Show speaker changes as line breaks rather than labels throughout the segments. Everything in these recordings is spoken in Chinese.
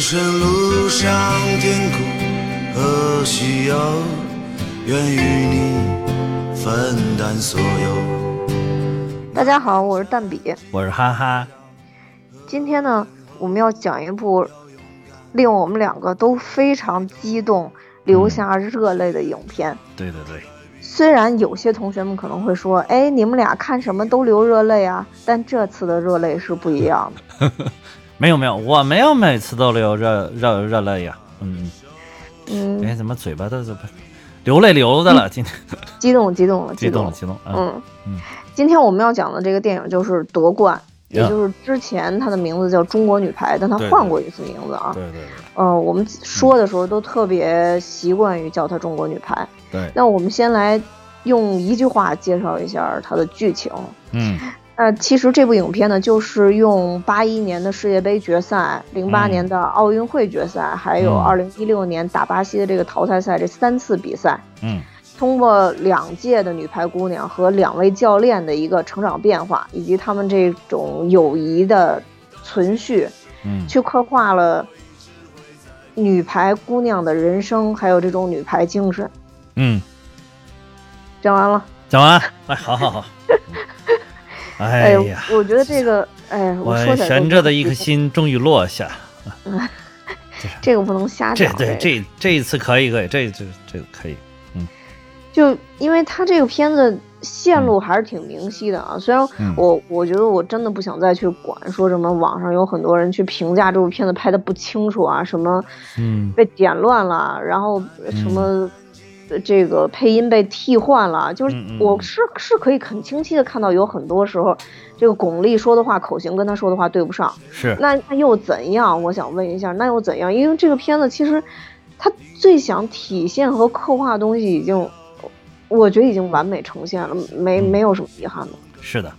身路上天空何许有，愿与你分担所有。
大家好，我是蛋比。
我是哈哈，
今天呢，我们要讲一部令我们两个都非常激动、流下热泪的影片。
对对对，
虽然有些同学们可能会说：“哎，你们俩看什么都流热泪啊！”但这次的热泪是不一样的。
没有没有，我没有每次都流热热热泪呀，嗯，
嗯，
哎，怎么嘴巴都怎么流泪流的了？今天
激动，激动了，
激动
动
了，
了。
激动了，嗯
嗯
嗯，
今天我们要讲的这个电影就是《夺冠》，也
呀
就是之前它的名字叫《中国女排》，但它
对对
换过一次名字啊。
嗯对对
呃，我们说的时候都特别习惯于叫它中国女排。
对对，
那我们先来用一句话介绍一下它的剧情。
嗯
那其实这部影片呢，就是用八一年的世界杯决赛、零八
嗯
年的奥运会决赛，还有
嗯
二零一六年打巴西的这个淘汰赛这三次比赛，
嗯
通过两届的女排姑娘和两位教练的一个成长变化，以及她们这种友谊的存续，
嗯，
去刻画了女排姑娘的人生，还有这种女排精神。
嗯，
讲完了，
讲完了，哎，好好 好，哎
哎，
呀，
我觉得这个，哎，我说
我
起来
悬
都
着的一颗心终于落下，
这个不能瞎
这
讲。哎
对
这个
这这一次可以可以，这这这个可以，
就因为他这个片子线路还是挺明晰的啊，虽然
嗯
我我觉得我真的不想再去管说什么网上有很多人去评价这部片子拍的不清楚啊，什么
嗯
被剪乱了，然后什么呃这个配音被替换了，就是
嗯嗯
我
嗯
是是可以很清晰的看到，有很多时候这个巩俐说的话口型跟他说的话对不上，
是，
那那又怎样？我想问一下，那又怎样？因为这个片子其实它最想体现和刻画的东西已经，我觉得已经完美呈现了，没没有什么遗憾的。
嗯是的，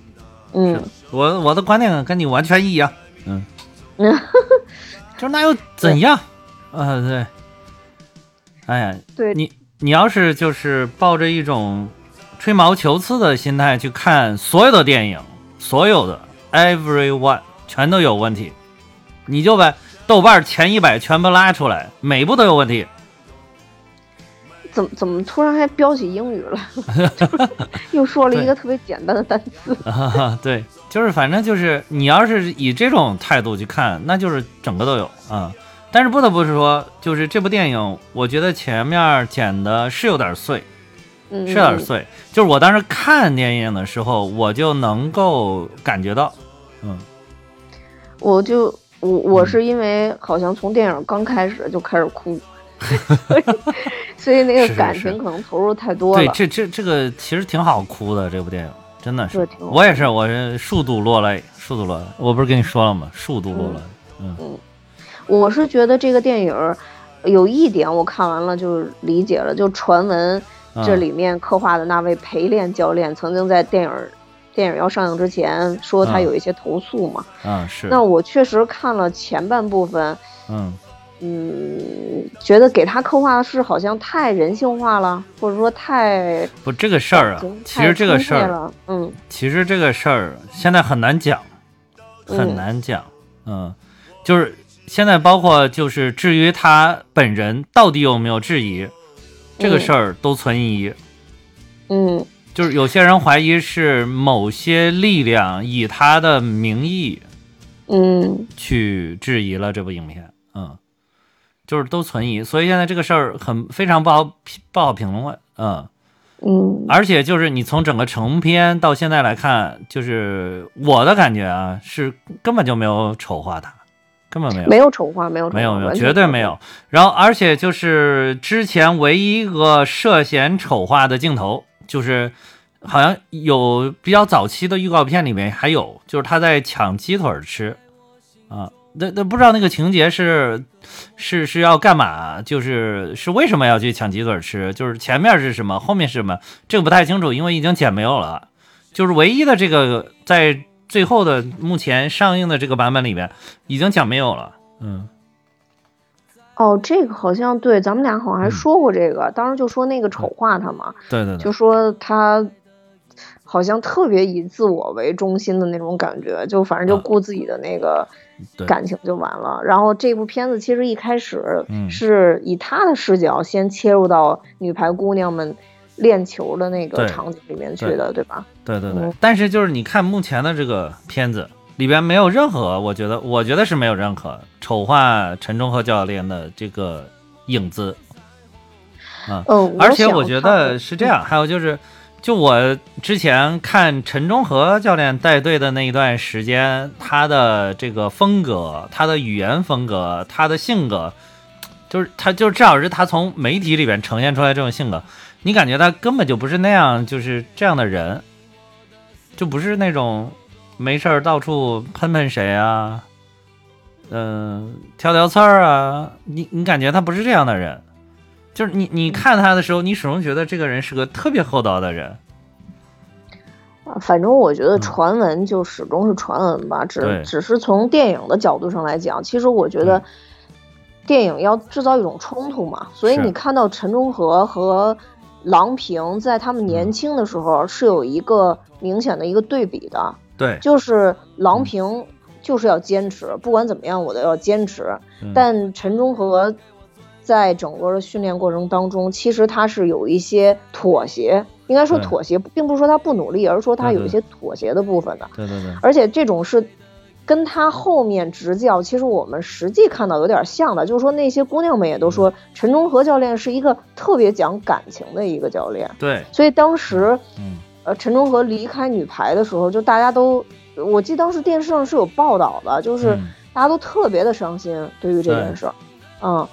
嗯，，
我我的观点跟你完全一样，嗯 就是那又怎样？啊，对，哎呀，
对，
你你要是就是抱着一种吹毛求疵的心态去看所有的电影，所有的 every one 全都有问题，你就把豆瓣前一百全部拉出来，每部都有问题。
怎么怎么突然还飙起英语了？ 就是又说了一
对
个特别简单的单词。
啊， 对，就是反正就是你要是以这种态度去看，那就是整个都有啊。但是不得不说，就是这部电影，我觉得前面剪的是有点碎，
嗯，
是有啊点碎。就是我当时看电影的时候，我就能够感觉到，嗯，
我就我我是因为好像从电影刚开始就开始哭， 所以所以那
是
个
是
感
是
情可能投入太多了。
对，这这这个其实挺好哭的，这部电影真的
对
是
挺，好
我也是，我是数度落泪，数度落泪。我不是跟你说了吗？数度落泪，嗯
我是觉得这个电影儿有一点我看完了就理解了，就传闻
嗯
这里面刻画的那位陪练教练曾经在电影儿电影要上映之前说他
嗯
有一些投诉嘛。
嗯是，
那我确实看了前半部分，
嗯
嗯，觉得给他刻画的是好像太人性化了，或者说太
不这个事儿啊
感情，
其实
哦太
这个
充
事
沛
儿，
了，嗯
其实这个事儿现在很难讲，很
嗯
难讲。嗯，就是现在包括就是至于他本人到底有没有质疑，这个
嗯
事儿都存疑。
嗯
就是有些人怀疑是某些力量以他的名义
嗯
去质疑了这部影片，嗯，就是都存疑，所以现在这个事儿很非常不好评不好评论，嗯，
嗯
而且就是你从整个成片到现在来看，就是我的感觉啊，是根本就没有丑化他，根本没有，
没有丑化，没有丑化
没有没有，
完全
绝对
不
没有。然后，而且就是之前唯一一个涉嫌丑化的镜头，就是好像有比较早期的预告片里面还有，就是他在抢鸡腿儿吃啊。那那不知道那个情节是是是要干嘛？就是是为什么要去抢鸡腿儿吃？就是前面是什么，后面是什么？这个不太清楚，因为已经剪没有了。就是唯一的这个在最后的目前上映的这个版本里面已经讲没有了。嗯，
哦，这个好像对，咱们俩好像还
嗯
说过这个，当时就说那个丑化他嘛，
对对对，
就说他好像特别以自我为中心的那种感觉，就反正就
啊
顾自己的那个
对
感情就完了。然后这部片子其实一开始
嗯
是以他的视角先切入到女排姑娘们练球的那
对
个场景里面去
对
的，对吧？
对对对
嗯，
但是就是你看目前的这个片子里边没有任何，我觉得我觉得是没有任何丑化陈忠和教练的这个影子。
嗯，
而且我
想
觉
看
得
的
是这，样，还有就是，就我之前看陈忠和教练带队的那一段时间，他的这个风格、他的语言风格、他的性格，就是他就是至少是他从媒体里边呈现出来这种性格，你感觉他根本就不是那样，就是这样的人，就不是那种没事儿到处喷喷谁啊，嗯、挑挑刺儿啊，你你感觉他不是这样的人。就是你，你看他的时候，你始终觉得这个人是个特别厚道的人。
啊反正我觉得传闻就始终是传闻吧，
嗯对
只只是从电影的角度上来讲，其实我觉得
对
电影要制造一种冲突嘛，所以
是
你看到陈忠和和郎平在他们
嗯
年轻的时候是有一个明显的一个对比的，
对，
就是
嗯
郎平就是要坚持，不管怎么样我都要坚持。
嗯
但陈忠和在整个的训练过程当中，其实他是有一些妥协，应该说
对嗯
妥协，并不是说他不努力，而是说他
对对
有一些妥协的部分的。
对对对，
而且这种是跟他后面执教，其实我们实际看到有点像的，就是说那些姑娘们也
嗯
都说，陈忠和教练是一个特别讲感情的一个教练，
对，
所以当时。
嗯，
呃，陈忠和离开女排的时候，就大家都，我记得当时电视上是有报道的，就是
嗯
大家都特别的伤心对于这
对
件事儿，嗯，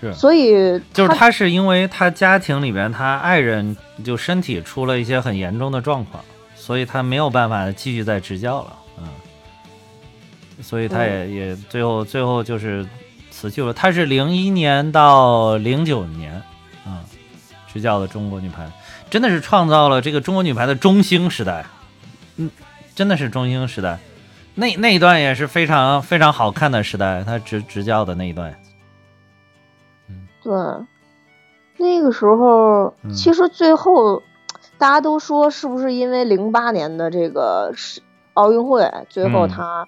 是，
所以
就是他是因为他家庭里边他爱人就身体出了一些很严重的状况，所以他没有办法继续再执教了，嗯，所以他也、也最后最后就是辞去了。他是零一年到零九年，啊、执教的中国女排，真的是创造了这个中国女排的中兴时代，嗯，真的是中兴时代。那那一段也是非常非常好看的时代，他执执教的那一段，
对那个时候
嗯，
其实最后大家都说是不是因为零八年的这个是奥运会，最后
嗯
他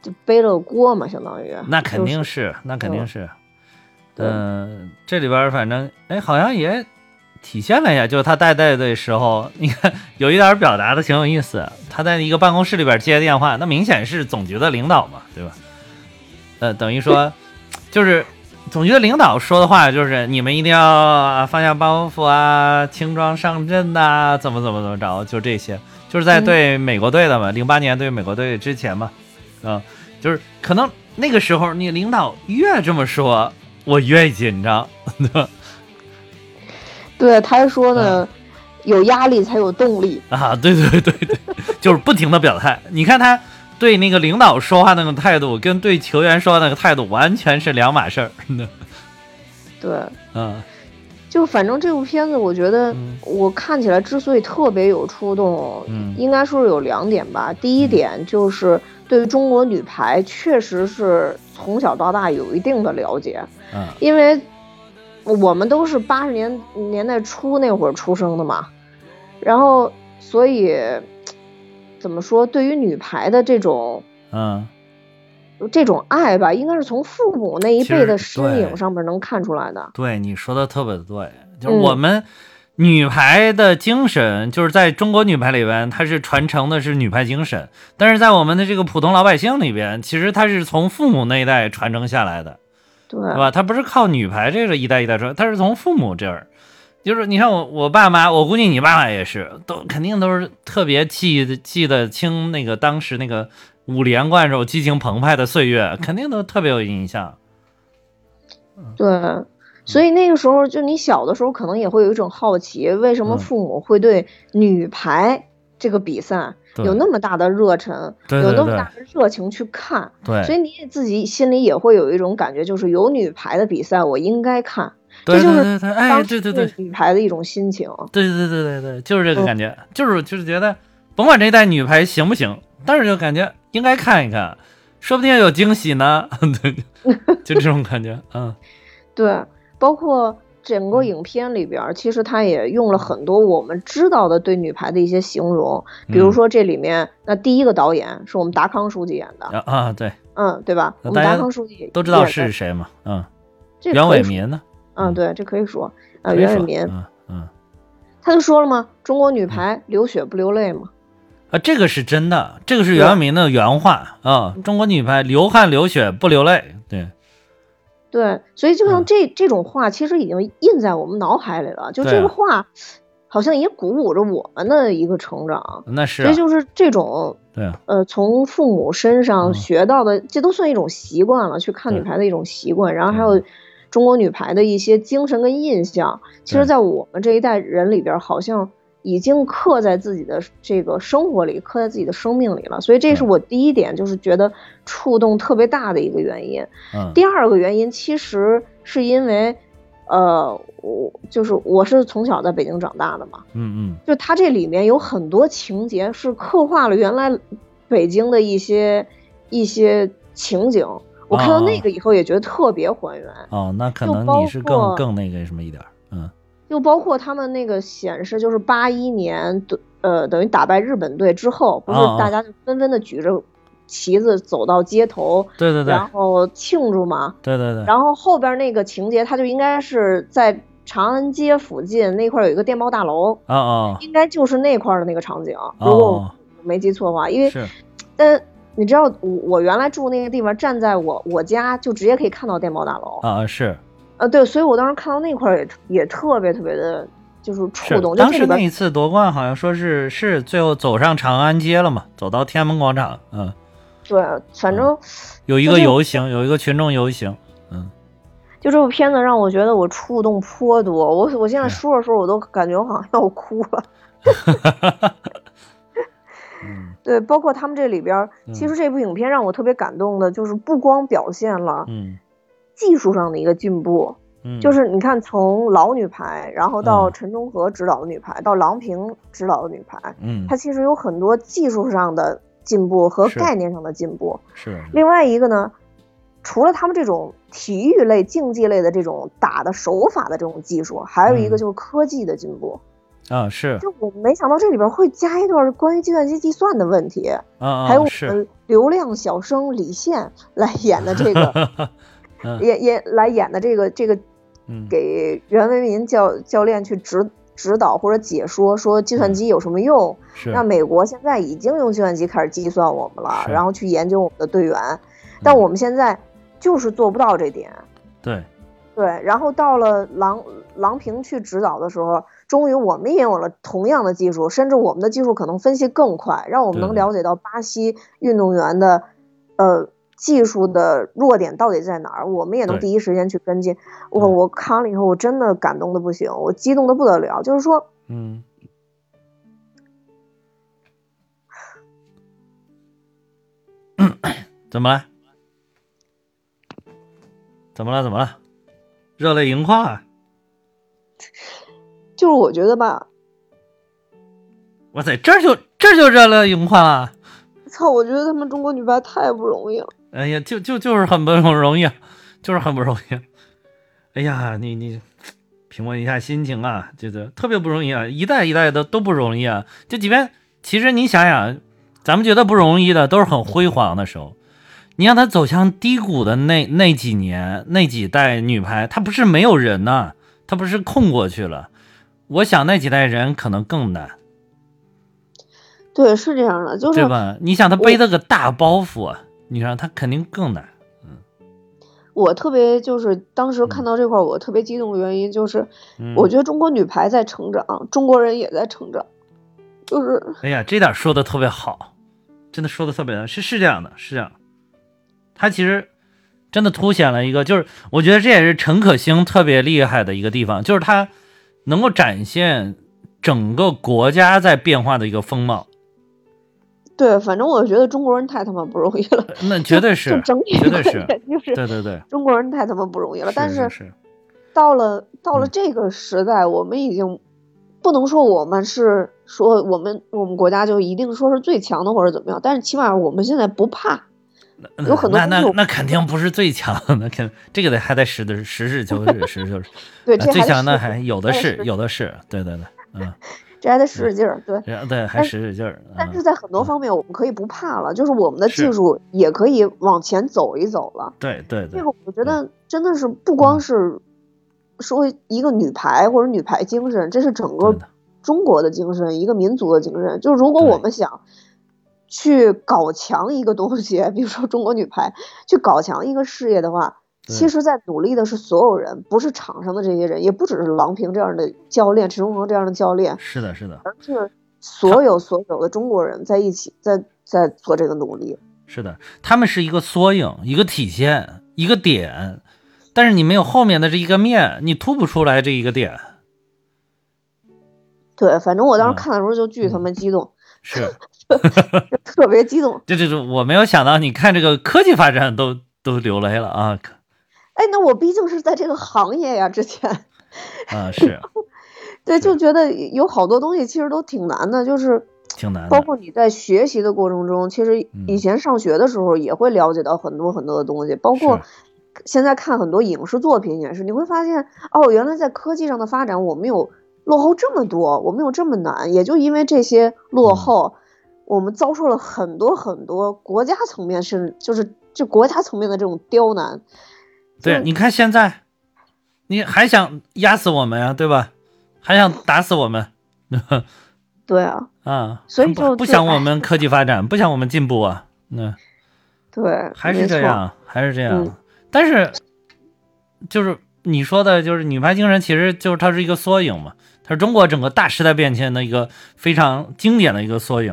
就背了个锅嘛，相当于
那肯
就
定
啊是
是，那肯定是。
对
嗯，这里边儿反正哎，好像也体现了一下，就是他带队的时候，你看有一点儿表达的挺有意思。他在一个办公室里边儿接电话，那明显是总局的领导嘛，对吧？呃，等于说就是总局的领导说的话，就是你们一定要啊放下包袱啊，轻装上阵呐、怎么怎么怎么着，就这些，就是在
嗯
对美国队的嘛，零八年对美国队之前嘛，啊、就是可能那个时候你领导越这么说，我越紧张，对吧？
对他还说
嗯
呢，有压力才有动力，
啊， 对对对对，就是不停的表态。你看他对那个领导说话那个态度，跟对球员说话那个态度完全是两码事儿。
对。
嗯
就反正这部片子，我觉得
嗯
我看起来之所以特别有触动，
嗯
应该说是有两点吧。第一点就是对于中国女排，确实是从小到大有一定的了解，
嗯
因为我们都是八十年年代初那会儿出生的嘛，然后所以怎么说，对于女排的这种
嗯，
这种爱吧，应该是从父母那一
其实
辈的身
对
影上面能看出来的。
对，你说的特别对，
嗯
就是我们女排的精神，就是在中国女排里边，它是传承的是女排精神，但是在我们的这个普通老百姓里边，其实它是从父母那一代传承下来的。
对，
对吧？他不是靠女排这个一代一代传，他是从父母这儿，就是你看我我爸妈，我估计你爸妈也是，都肯定都是特别记得记得清那个当时那个五连冠时候激情澎湃的岁月，肯定都特别有印象。
对，所以那个时候就你小的时候可能也会有一种好奇，为什么
嗯
父母会对女排这个比赛
对
有那么大的热忱，
对
有
对
那么
对
大的热情去看？
对，
所以你也自己心里也会有一种感觉，就是有女排的比赛我应该看，
对
这就
对
是
对对，哎，
当
对
时
对对，
女排的一种心情。
对对对对对，就是这
嗯
个感觉，就是就是觉得，甭管这一代女排行不行，但是就感觉应该看一看，说不定 有惊喜呢。对，就这种感觉，嗯
对，包括
嗯
整个影片里边儿，其实他也用了很多我们知道的对女排的一些形容，比如
嗯
说这里面那第一个导演是我们达康书记演的，
啊啊，对，
嗯，对吧？
那
我们
大
达
家
康书记
都知道
演的
是谁嘛，嗯，
这
袁
可
伟
以说，
民呢，
嗯，对，这可以说，呃，
可以
袁伟
说
民
嗯嗯
他就说了嘛，中国女排流血不流泪嘛，
啊，这个是真的，这个是
对
袁伟民的原话啊，中国女排流汗流血不流泪，对，
对，所以就
嗯
像这、这种话，其实已经印在我们脑海里了，就
对
这
啊
个话，好像也鼓舞着我们的一个成长，
那是
所
啊
以就是这种。
对啊，
呃，从父母身
嗯
上学到的，这都算一种习惯了，去看女
对
排的一种习惯。然后还
嗯
有中国女排的一些精神跟印象，其
对
实，在我们这一代人里边儿，好像已经刻在自己的这个生活里，刻在自己的生命里了。所以，这是
对
我第一点，就是觉得触动特别大的一个原因。
嗯
第二个原因，其实是因为，呃，我就是我是从小在北京长大的嘛，
嗯
就它这里面有很多情节是刻画了原来北京的一些一些情景。我看到
啊
那个以后也觉得特别还原，
嗯，哦，那可
就
能
包
你是更
括
更那个什么一点儿，嗯
就包括他们那个显示，就是八一年对呃等于打败日本队之后，不是
啊啊
大家就纷纷的举着旗子走到街头，
对对对
然后庆祝嘛。
对对对，
然后后边那个情节，它就应该是在长安街附近那块儿有一个电报大楼，
啊啊
应该就是那块儿的那个场景，如果
哦
我没记错的话，因为
是
但你知道我我原来住那个地方，站在我我家就直接可以看到电报大楼，
啊啊是
呃，对，所以我当时看到那块儿也也特别特别的，就是触
是
动。，就
当
这
时
里
那一
边，
次夺冠好像说是是最后走上长安街了嘛，走到天安门广场，嗯，
对，反
嗯
正
有一
就
个
这
游行，有一个群众游行，嗯
就这部片子让我觉得我触动颇多。我我现在
是
说着说着，我都感觉我好像要哭了。
嗯
对，包括他们这里边儿，其
嗯
实这部影片让我特别感动的，就是不光表现了
嗯
技术上的一个进步，
嗯，
就是你看从老女排，然后到
嗯
陈忠和指导的女排，到郎平指导的女排，
嗯
它其实有很多技术上的进步和
是
概念上的进步。
是
另外一个呢，除了他们这种体育类、竞技类的这种打的手法的这种技术，还有一
嗯
个就是科技的进步。
啊是
就我没想到这里边会加一段关于计算机计算的问题，
啊
还有
啊
我
是，
们流量小生李现 来演的 这个
嗯，
也也来演的这个这个
嗯
给袁为民教教练去指指导或者解说，说计
嗯
算机有什么用？
是
那美国现在已经用计算机开始计算我们了，
是嗯
然后去研究我们的队员，但我们现在就是做不到这点。
对
对，然后到了郎郎平去指导的时候，终于我们也有了同样的技术，甚至我们的技术可能分析更快，让我们
对
能
对
了解到巴西运动员的，呃，技术的弱点到底在哪儿，我们也能
对
第一时间去跟进。我
对
我看了以后，我真的感动的不行，我激动的不得了，就是说，
嗯 怎么了？怎么了？怎么了？热泪盈眶啊！
就是我觉得吧，
哇塞，这儿就这儿就热泪盈眶啊！
操，我觉得他们中国女排太不容易了。
哎呀，就就就是很不容易，啊就是很不容易。啊哎呀，你你平稳一下心情啊，这个特别不容易啊，一代一代的都不容易啊。就即便其实你想想，咱们觉得不容易的都是很辉煌的时候，你让他走向低谷的那那几年那几代女排，她不是没有人呐、她不是空过去了。我想那几代人可能更难，
对，是这样的，就是
对吧？你想她背着个大包袱啊，你让她肯定更难。
我特别就是当时
嗯
看到这块儿，我特别激动的原因就是。
嗯
我觉得中国女排在成长，中国人也在成长，就是
哎呀，这点说的特别好，真的说的特别好，是是这样的，是这样的。他其实真的凸显了一个，就是我觉得这也是陈可辛特别厉害的一个地方，就是他能够展现整个国家在变化的一个风貌，
对，反正我觉得中国人太他妈不容易了，
呃那绝对，
就是整体
绝对
观
是，
点就是
对对对，
中国人太他妈不容易了。但
是
是
是，
到了到了
嗯
这个时代，我们已经不能说我们是说我们我们国家就一定说是最强的或者怎么样，但是起码我们现在不怕，有很多
那那
东西我
那肯定不是最强，那肯这个得还得实的实事求是，实事求是。
对，
呃
这
最
还
强
得
的
使
还有的
还得
是
使，
有的是，对对对，嗯，
这还得使使劲儿，对。
然后对还
但
使使劲儿，
但是
嗯
在很多方面，我们可以不怕了，就是我们的技
是
术也可以往前走一走了。
对对对嗯
这，个我觉得真的是不光是说一个女排或者女排精神，这是整
对
个
的
中国的精神，一个民族的精神。就是如果
对
我们想去搞强一个东西，比如说中国女排，去搞强一个事业的话，
对
其实在努力的是所有人，不是场上的这些人，也不只是郎平这样的教练、陈忠诚这样的教练，
是的是的
而是所有所有的中国人在一起在在做这个努力。
是的，他们是一个缩影，一个体现，一个点，但是你没有后面的这一个面，你突不出来这一个点，
对，反正我当时
嗯
看的时候就巨他妈激动，
是
就特别激动。
这这这我没有想到，你看这个科技发展都都流泪了啊可
哎，那我毕竟是在这个行业呀，之前
啊是
对，就觉得有好多东西其实都挺难的，就是
挺难
包
的，
括你在学习的过程中，其实以
嗯
前上学的时候也会了解到很多很多的东西，包括
是
现在看很多影视作品也是，你会发现哦，原来在科技上的发展，我们有落后这么多，我们有这么难，也就因为这些落
嗯
后，我们遭受了很多很多国家层面甚至就是就国家层面的这种刁难，
对，你看现在，你还想压死我们呀、对吧？还想打死我们，
对啊，
啊，
所以
不
就
不
就
想
哎
我们科技发展，不想我们进步啊，嗯，
对，
还
没
是这
错。
样，还是这样。
嗯
但是，就是你说的，就是女排精神，其实就是它是一个缩影嘛，它是中国整个大时代变迁的一个非常经典的一个缩影。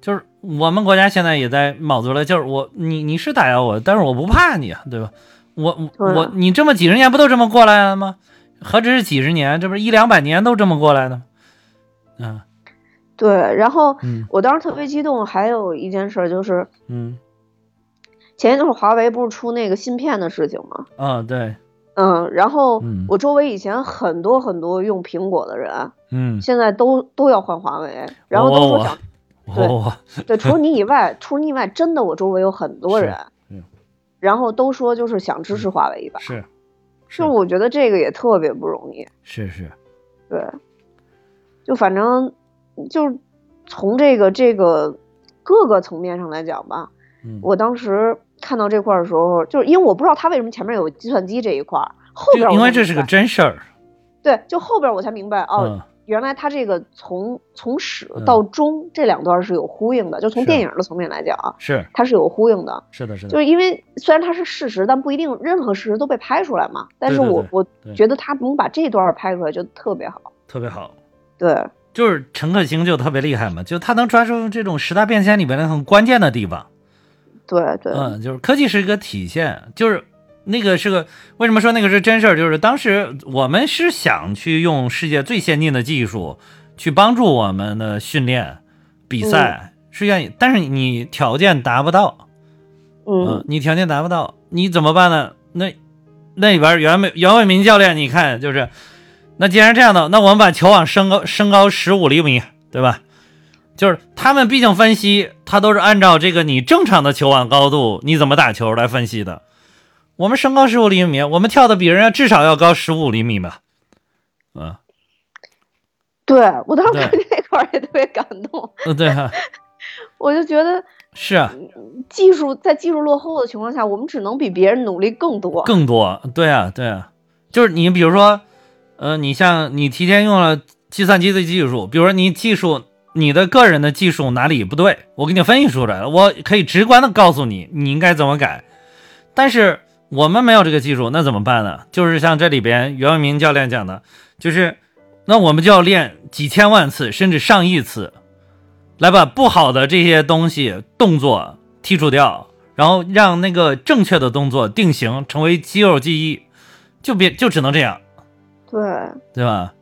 就是我们国家现在也在卯足了劲儿，我你你是打压我，但是我不怕你，啊，对吧？我我
对啊
我你这么几十年不都这么过来了吗？何止是几十年，这不是一两百年都这么过来的吗？嗯
对，然后
嗯
我当时特别激动，还有一件事儿就是
嗯
前一段儿华为不是出那个芯片的事情吗？
啊、对，
嗯，然后
嗯
我周围以前很多很多用苹果的人，
嗯，
现在都都要换华为，然后都
我哦
说
我
想
我我
对，除了你以外，除了你以外，真的我周围有很多
是
人
嗯，
然后都说就是想支持华为一把，
是
就是我觉得这个也特别不容易，
是是，
对，就反正就是从这个这个各个层面上来讲吧，
嗯，
我当时看到这块儿的时候，就是因为我不知道他为什么前面有计算机这一块儿，后边
就
儿
因
我
为
才
这是
明
个
白
真事儿，
对，就后边儿我才明白哦，
嗯，
原来他这个从从始
嗯
到终、这两段是有呼应的，就从
是嗯
电影的层面来讲啊，
是
它是有呼应的，
是的，是的，
就是因为虽然它是事实，但不一定任何事实都被拍出来嘛。但
对
是
对
我
对对
我觉得他能把这段儿拍出来就特别好，
特别好。
对
就是陈可辛就特别厉害嘛，就他能抓住这种时代变迁里边的很关键的地方。
对对、
嗯，就是科技是一个体现，就是那个是个为什么说那个是真事儿，就是当时我们是想去用世界最先进的技术去帮助我们的训练比赛，是愿意，但是你条件达不到，嗯
嗯，，
你条件达不到，你怎么办呢？那那里边袁伟袁伟民教练，你看就是，那既然这样的，那我们把球网升高升高十五厘米，对吧？就是他们毕竟分析，他都是按照这个你正常的球网高度，你怎么打球来分析的。我们升高十五厘米，我们跳的比人家至少要高十五厘米吧？嗯，
对我当时
对
看这块儿也特别感动，
呃对啊，
我就觉得
是啊，
技术在技术落后的情况下，我们只能比别人努力更多。
更多，对啊，对啊，就是你比如说，呃，你像你提前用了计算机的技术，比如说你技术你的个人的技术哪里不对，我给你分析出来了，我可以直观的告诉你你应该怎么改。但是我们没有这个技术，那怎么办呢？就是像这里边袁伟民教练讲的，就是那我们就要练几千万次，甚至上亿次，来把不好的这些东西动作剔除掉，然后让那个正确的动作定型，成为肌肉记忆，就别就只能这样，
对，
对吧？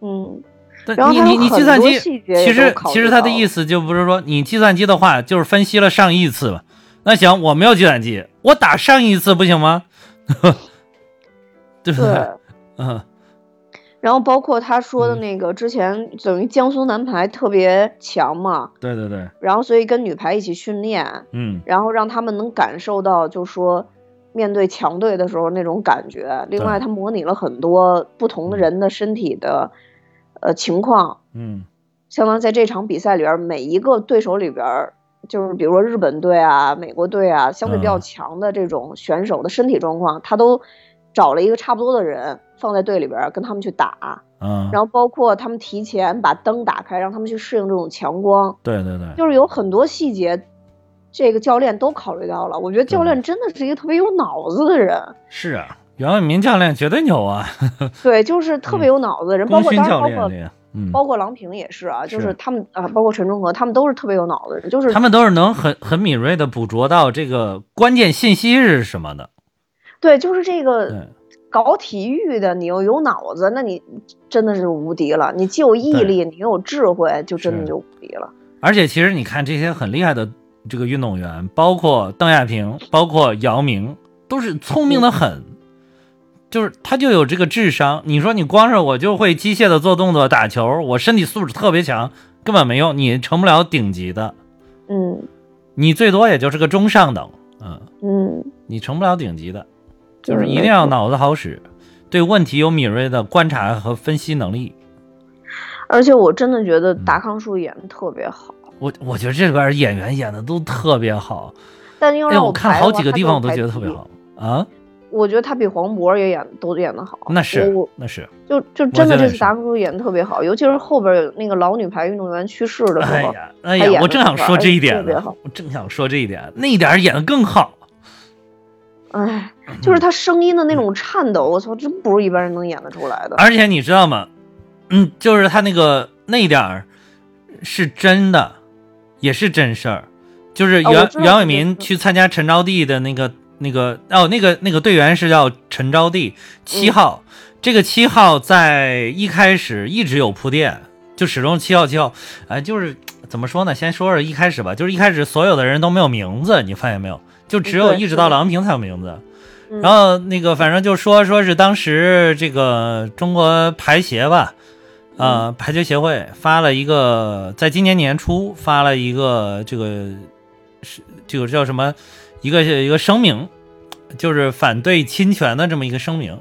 嗯，然
但
后
你
还有
你你
很
计算
多
机
细节也
其实
都考虑
其实他的
到
意思就不是说你计算机的话就是分析了上亿次吧？那行，我没有计算机，我打 上亿次不行吗？对不
对。
嗯，
然后包括他说的那个之前等于江苏男排特别强嘛，
对对对，
然后所以跟女排一起训练，
嗯，
然后让他们能感受到，就说面对强队的时候那种感觉。另外，
对
他模拟了很多不同的人的身体的呃情况，
嗯，
相当于在这场比赛里边儿，每一个对手里边儿，就是比如说日本队啊、美国队啊，相对比较
嗯
强的这种选手的身体状况，他都找了一个差不多的人放在队里边儿跟他们去打，
啊，
然后包括他们提前把灯打开，让他们去适应这种强光。
对对对，
就是有很多细节，这个教练都考虑到了。我觉得教练真的是一个特别有脑子的人，
是啊，袁伟民教练绝对牛啊，
对，就是特别有脑子的人。包
嗯功
括
勋
当然
教
包
练
括
这个，嗯，
包括郎平也是啊，就是是他们啊，包括陈忠和，他们都是特别有脑子的人。就是
他们都是能很很敏锐的捕捉到这个关键信息是什么的，
对，就是这个
对
搞体育的，你又有脑子，那你真的是无敌了。你既有毅力，你又有智慧，就真的
是
就无敌了。
而且其实你看这些很厉害的这个运动员，包括邓亚萍，包括姚明，都是聪明的很，就是他就有这个智商。你说你光是我就会机械的做动作、打球，我身体素质特别强，根本没用，你成不了顶级的，
嗯
你最多也就是个中上等，嗯，
嗯，
你成不了顶级的，
对
就是一定要脑子好使，对问题有敏锐的观察和分析能力。
而且我真的觉
嗯
得达康叔演的特别好。
我我觉得这里边演员演的都特别好，
但要
哎，
让
我看
排的
好
话
几个
他
地
就
方我都
是排
觉得
第
特别
一
好啊，
我觉得他比黄渤也演都演得好。
那是
我
那是，
就就真
觉
的
得
这
也
次
是
达叔演的特别好，尤其是后边有那个老女排运动员去世的时
哎
候，
呀哎
他演
呀，
得
我正想说这一点
特别
呢
好，
我正想说这一点，那一点演的更好，
哎，
嗯
就是他声音的那种颤抖，我操，真不是一般人能演得出来的。
而且你知道吗？嗯，就是他那个那一点儿是真的，也是真事儿，就是
哦
袁、
我知道
袁
这
伟
个
民
事
去参加陈招娣的那个那个哦，那个那个队员是叫陈招娣七
嗯
号，这个七号在一开始一直有铺垫，就始终七号七号，哎，就是怎么说呢？先说说一开始吧，就是一开始所有的人都没有名字，你发现没有？就只有
对
一直
是
到
的
郎平才有名字。
嗯
然后那个反正就说说是当时这个中国排协吧，呃，排球协会发了一个，在今年年初发了一个这个是这个叫什么一个一个声明，就是反对侵权的这么一个声明。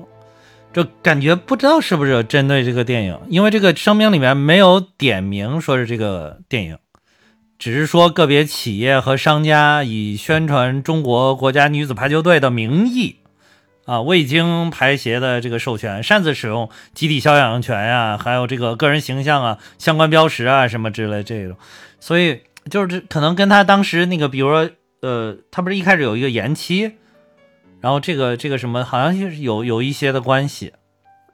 就感觉不知道是不是针对这个电影，因为这个声明里面没有点名说是这个电影，只是说个别企业和商家以宣传中国国家女子排球队的名义，啊，未经排协的这个授权，擅自使用集体肖像权呀、还有这个个人形象啊、相关标识啊什么之类这种，所以就是这可能跟他当时那个，比如说呃，他不是一开始有一个延期，然后这个这个什么，好像是有有一些的关系，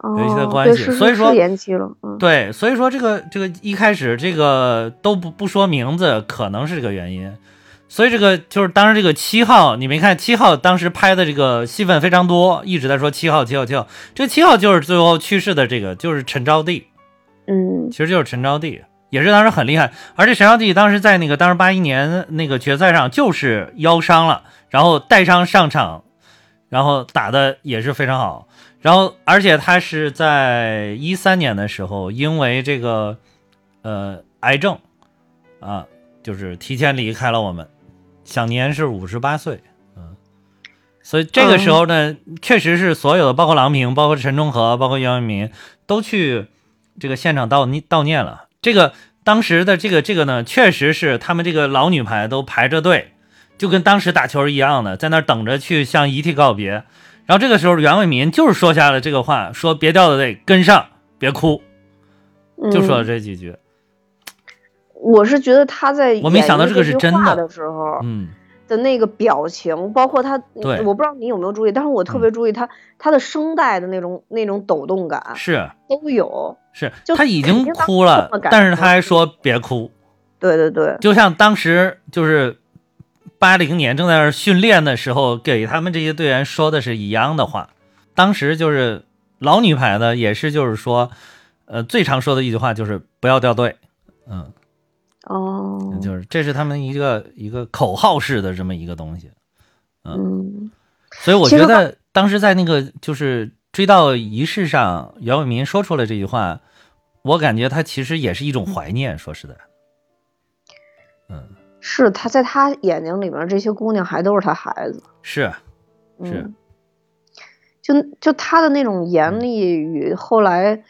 有一些的
哦
关
对
系
是是
所以说
是延期了，嗯，
对，所以说这个这个一开始这个都不不说名字，可能是这个原因。所以这个就是当时这个七号，你没看七号当时拍的这个戏份非常多，一直在说七号七号七号，这七号就是最后去世的这个就是陈招娣，
嗯
其实就是陈招娣，也是当时很厉害。而且陈招娣当时在那个当时八一年那个决赛上就是腰伤了，然后带伤上场，然后打的也是非常好。然后而且她是在一三年的时候，因为这个呃癌症啊，就是提前离开了我们，享年是五十八岁。嗯，所以这个时候呢，确实是所有的，包括郎平，包括陈忠和，包括姚明，都去这个现场悼念悼念了。这个当时的这个这个呢，确实是他们这个老女排都排着队，就跟当时打球一样的，在那儿等着去向遗体告别。然后这个时候，袁伟民就是说下了这个话，说别掉队，跟上，别哭，
嗯，
就说了这几句。
我是觉得他在
我没想到
演
这
绎
个
这
是
句
真
话
的
的时候
嗯，
的那个表情，包括他，
对嗯
我不知道你有没有注意，但是我特别注意他他的声带的那种那种抖动感
是
都有，
是，
就
他已
肯
经
定他
哭了
这么，感
但是
动
他还说别哭，
对对对，
就像当时就是八零年正在那儿训练的时候，给他们这些队员说的是一样的话。当时就是老女排呢，也是就是说，呃，最常说的一句话就是不要掉队，嗯，
哦，
就是这是他们一个一个口号式的这么一个东西。
嗯。
所以我
其
觉
实
得当时在那个就是追悼仪式上，袁伟民说出了这句话，我感觉他其实也是一种怀念。说实在，嗯，
是他在他眼睛里面，这些姑娘还都是他孩子。
是，
嗯、
是嗯
就就他的那种严厉与后来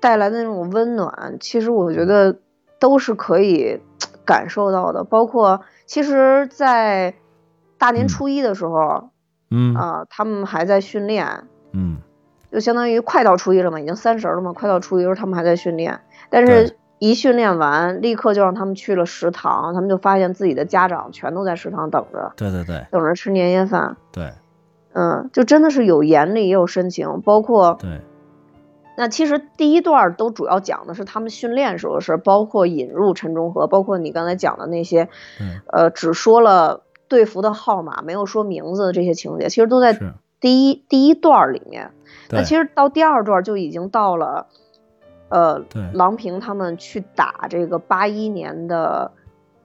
带来的那种温暖，其实我
嗯
觉得都是可以感受到的。包括其实，在大年初一的时候啊、
嗯
他们还在训练，
嗯，
就相当于快到初一了嘛，已经三十了嘛，快到初一的时候他们还在训练，但
对
是一训练完，立刻就让他们去了食堂，他们就发现自己的家长全都在食堂等着，
对对对
等着吃年夜饭。
对
嗯，就真的是有严厉也有深情，包括
对，
那其实第一段儿都主要讲的是他们训练时候的事儿，包括引入陈忠和，包括你刚才讲的那些，
嗯
呃，只说了队服的号码，没有说名字的这些情节，其实都在
是，
第一第一段儿里面。那
对
其实到第二段儿就已经到了，呃，
对
郎平他们去打这个八一年的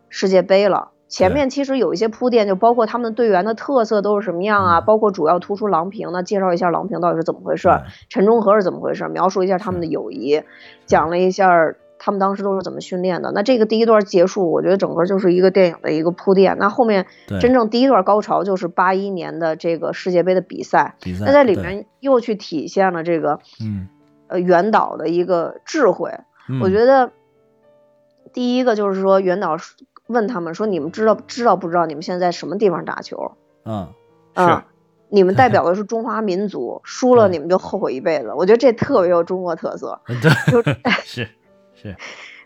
世界杯了。前
对
面其实有一些铺垫，就包括他们队员的特色都是什么样啊，
嗯
包括主要突出郎平呢，介绍一下郎平到底是怎么回事儿，
对
陈忠和是怎么回事儿，描述一下他们的友谊，讲了一下儿他们当时都是怎么训练的。那这个第一段结束，我觉得整个就是一个电影的一个铺垫。那后面
对
真正第一段高潮就是八一年的这个世界杯的比赛，
比赛
那在里
对
面又去体现了这个
嗯，
呃袁导的一个智慧。
嗯
我觉得第一个就是说袁导说问他们说：“你们知道知道不知道你们现在在什么地方打球？
嗯
啊
是，
你们代 表的是中华民族，输了
对
你们就后悔一辈子。”我觉得这特别有中国特色。嗯就
嗯对 是是，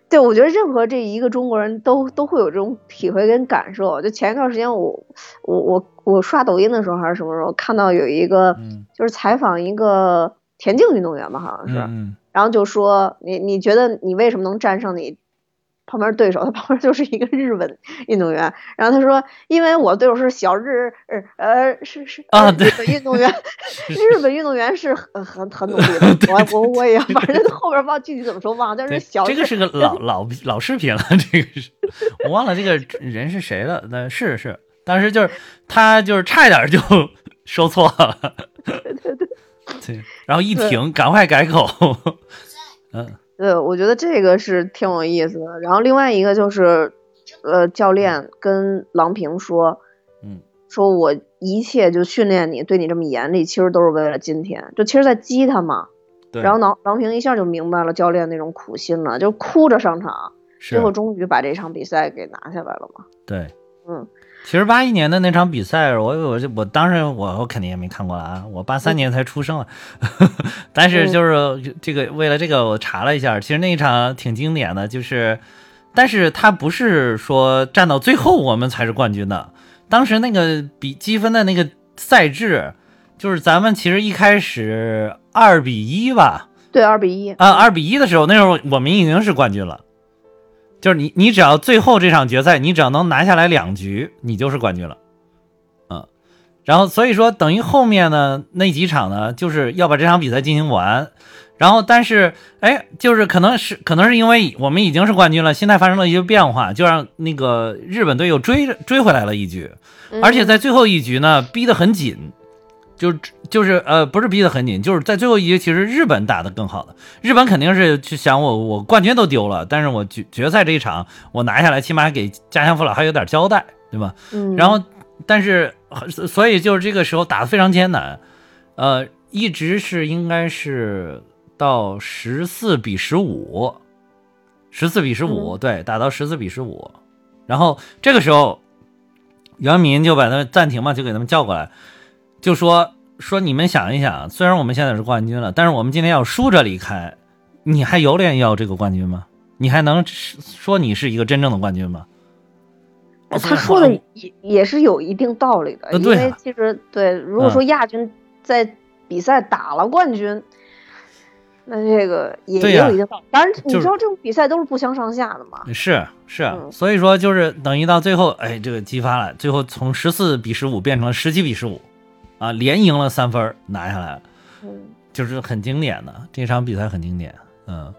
对，我觉得任何这一个中国人都都会有这种体会跟感受。就前一段时间我我我我刷抖音的时候还是什么时候看到有一个、
嗯
就是采访一个田径运动员吧，好像是，
嗯
然后就说你你觉得你为什么能战胜你旁边对手？他 旁边就是一个日本运动员，然后他说因为我对手是小日呃呃是是
啊
呃
对，
日本运动员，日本运动员是很很很努力的
对
我
对
我我也反正后边忘具体怎么说忘了，但是
对，
小
这个
日
是个老老老视频了，这个是我忘了这个人是谁了，那是是，当时就是他就是差一点就 说错了，对 对对，然后一
对
停，赶快改口，嗯
对，我觉得这个是挺有意思的。然后另外一个就是，呃，教练跟郎平说，
嗯，
说我一切就训练你，对你这么严厉，其实都是为了今天，就其实在激他嘛。
对，
然后郎郎平一下就明白了教练那种苦心了，就哭着上场，
是
最后终于把这场比赛给拿下来了嘛。
对，
嗯，
其实八一年的那场比赛，我我我当时我我肯定也没看过了啊，我八三年才出生 啊，但是就是这个为了这个我查了一下，其实那一场挺经典的，就是，但是他不是说站到最后我们才是冠军的，当时那个比积分的那个赛制，就是咱们其实一开始二比一吧，
对，二比一。
啊，二比一的时候，那时候我们已经是冠军了。就是你，你只要最后这场决赛，你只要能拿下来两局，你就是冠军了。嗯，然后所以说，等于后面呢那几场呢，就是要把这场比赛进行完。然后，但是，哎，就是可能是可能是因为我们已经是冠军了，心态发生了一些变化，就让那个日本队又追追回来了一局。
嗯
而且在最后一局呢，逼得很紧，就是就是呃，不是逼得很紧，就是在最后一局，其实日本打得更好的，日本肯定是去想我我冠军都丢了，但是我决决赛这一场我拿下来，起码给家乡父老还有点交代，对吧？
嗯，嗯、
然后，但是所以就是这个时候打得非常艰难，呃，一直是应该是到十四比十五，十四比十五、对，打到十四比十五，然后这个时候，袁民就把他们暂停嘛，就给他们叫过来，就说说你们想一想，虽然我们现在是冠军了，但是我们今天要输着离开，你还有脸要这个冠军吗？你还能说你是一个真正的冠军吗？
哎他说的也也是有一定道理的，
呃
因
对啊
为其实对，如果
嗯
说亚军在比赛打了冠军，那这个也
对
也
呀
有一定道理。当然，你
就
知
是
道这种比赛都是不相上下的嘛。
是是啊，
嗯
所以说就是等于到最后，哎，这个激发了，最后从十四比十五变成了十七比十五，啊，连赢了三分儿拿下来了，
嗯，
就是很经典的这场比赛很经典，嗯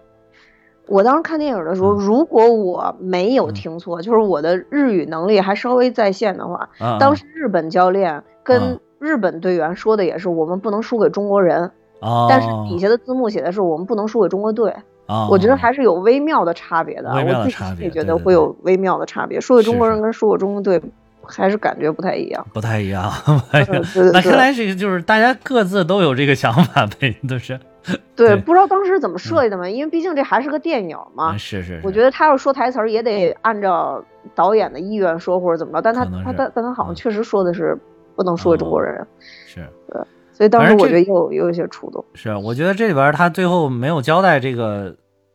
我当时看电影的时候，
嗯
如果我没有听错，就是我的日语能力还稍微在线的话，
啊，
当
啊
时日本教练
嗯
跟日本队员说的也是，我们不能输给中国人，
哦，
但是底下的字幕写的是我们不能输给中国队。
哦，
我觉得还是有微妙的差别的啊，
微妙的
我自己
差
心
别
里觉
对
得
对
会
对
有微妙的差别。说给中国
是是
人跟说给中国队还是感觉不太一样。
不太一样。
对嗯对
哎那看
对
来这个就是大家各自都有这个想法呗，都是，对
对，不知道当时怎么设计的嘛，因为毕竟这还是个电影嘛
嗯。是是是，
啊我觉得他要说台词儿也得按照导演的意愿说或者怎么着，但他
可能
他
是
他但他好
嗯
像确实说的是不能说给中国人，
是
所以当
反
时
正
我
这
觉得有有一些触动。
是，我觉得这里边他最后没有交代这个，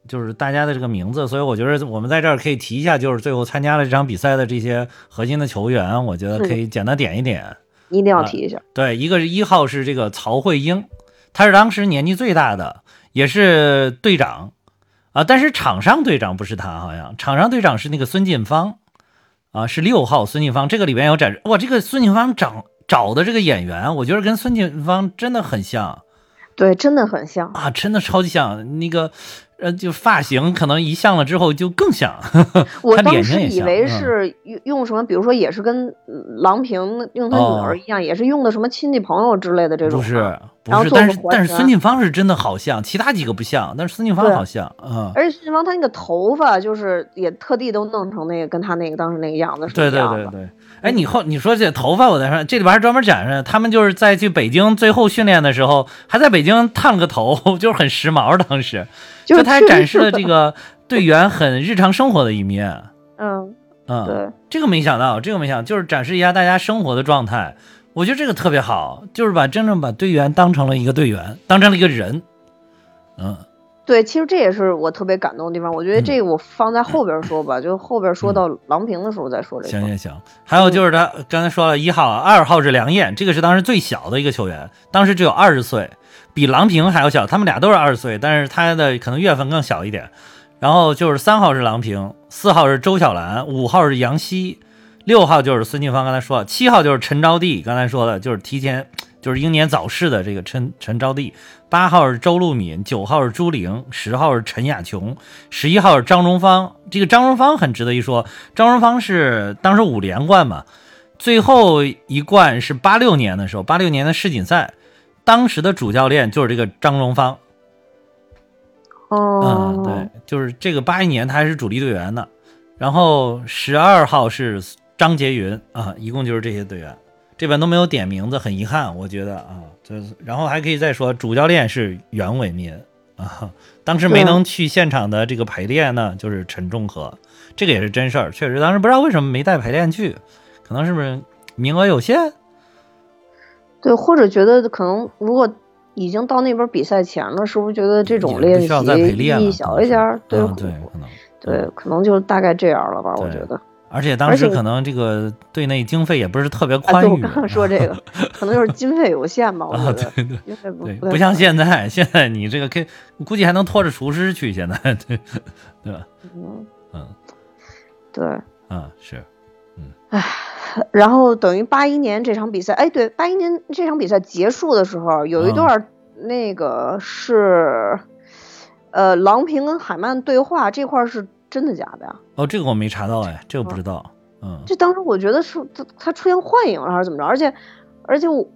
就是大家的这个名字，所以我觉得我们在这儿可以提一下，就是最后参加了这场比赛的这些核心的球员，我觉得可以简单点一点。
一定要
啊
提一下，
对，一个是一号是这个曹慧英，她是当时年纪最大的，也是队长啊，但是场上队长不是她，好像场上队长是那个孙晋芳啊，是六号孙晋芳。这个里面有展示，哇，这个孙晋芳找找的这个演员，我觉得跟孙晋芳真的很像
对，真的很像。
啊，真的超级像。那个呃，就发型可能一像了之后就更像，
我
看
当
脸型
时
也
以
像。
为
嗯
是用用什么，比如说也是跟嗯郎平用他女
哦
儿一样，也是用的什么亲戚朋友之类的这种
不
啊。
是
然
不
后
是，
做
但
个
是
活
但是
人
孙晋芳是真的好像，其他几个不像，但是孙晋芳
对
好像，嗯，
而且孙芳他那个头发就是也特地都弄成那个跟他那个当时那个样子是
对
一
对
样
对
的。
对，哎，你后你说这头发，我再说这里边还专门展示，他们就是在去北京最后训练的时候，还在北京烫了个头， 就是很时髦。当时
就
就是他还
确实
展示
是
了这个队员很日常生活的一面。
嗯，
嗯，
对，
这个没想到，这个没想到，就是展示一下大家生活的状态。我觉得这个特别好，就是把真正把队员当成了一个队员，当成了一个人。嗯，
对，其实这也是我特别感动的地方。我觉得
嗯
这个我放在 后边说吧，就后边说到郎平的时候再说这
行
个。
行
嗯
行，还有就是他刚才说了一号啊、二号是梁燕，这个是当时最小的一个球员，当时只有二十岁，比郎平还要小。他们俩都是二十岁，但是他的可能月份更小一点。然后就是三号是郎平，四号是周小兰，五号是杨曦，六号就是孙晋芳，刚才说了，七号就是陈招娣，刚才说了，就是提前就是英年早逝的这个陈陈招娣，八号是周路敏，九号是朱玲，十号是陈雅琼，十一号是张荣芳。这个张荣芳很值得一说，张荣芳是当时五连冠嘛，最后一冠是八六年的时候，八六年的世锦赛，当时的主教练就是这个张荣芳。
哦
嗯，，对，就是这个八一年他还是主力队员呢。然后十二号是张杰云啊，一共就是这些队员，这边都没有点名字，很遗憾，我觉得啊，就是然后还可以再说，主教练是袁伟民啊，当时没
对
能去现场的这个陪练呢，就是陈仲和，这个也是真事儿，确实当时不知道为什么没带陪练去，可能是不是名额有限？
对，或者觉得可能如果已经到那边比赛前了，是不是觉得这
也
种
不
练
需
习
要再陪练了
意义小一点儿？对
嗯，对，可能。
对，可能就大概这样了吧，我
对
觉得。
而且当
而
时
且
可能这个队内经费也不是特别
啊，
宽裕，
对，我刚刚说这个，可能就是经费有限 吧，我
啊，
觉
对
得。
对
经费不
对，
太
不像
可能
现在，现在你这个可以估计还能拖着厨师去，现在对对吧？
嗯
嗯
对，
嗯，是
然后等于八一年这场比赛，哎，对，八一年这场比赛结束的时候，有一
嗯
段儿那个是，呃，郎平跟海曼对话这块儿是真的假的呀？
哦，这个我没查到哎，这个不知道，嗯
这当时我觉得是他他出现幻影了还是怎么着，而且而且我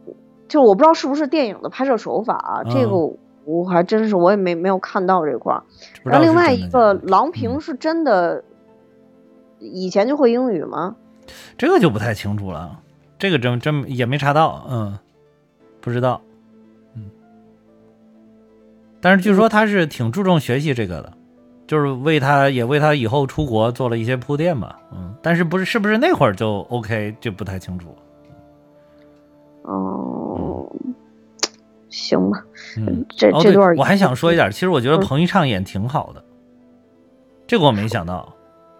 就我不知道是不是电影的拍摄手法啊，这个我我还真是我也没没有看到这块儿。
嗯不知道
然后
是
另外
真的
一
假的
个
嗯
郎平是真的以前就会英语吗？
这个就不太清楚了，这个真真也没查到，嗯，不知道，嗯，但是据说他是挺注重学习这个的，就是为他也为他以后出国做了一些铺垫嘛，嗯，但是不是是不是那会儿就 OK 就不太清楚，
哦、行吧，
嗯。
这、
哦，
这
对
段儿，
我还想说一点，其实我觉得
嗯
彭昱畅演挺好的，这个我没想到。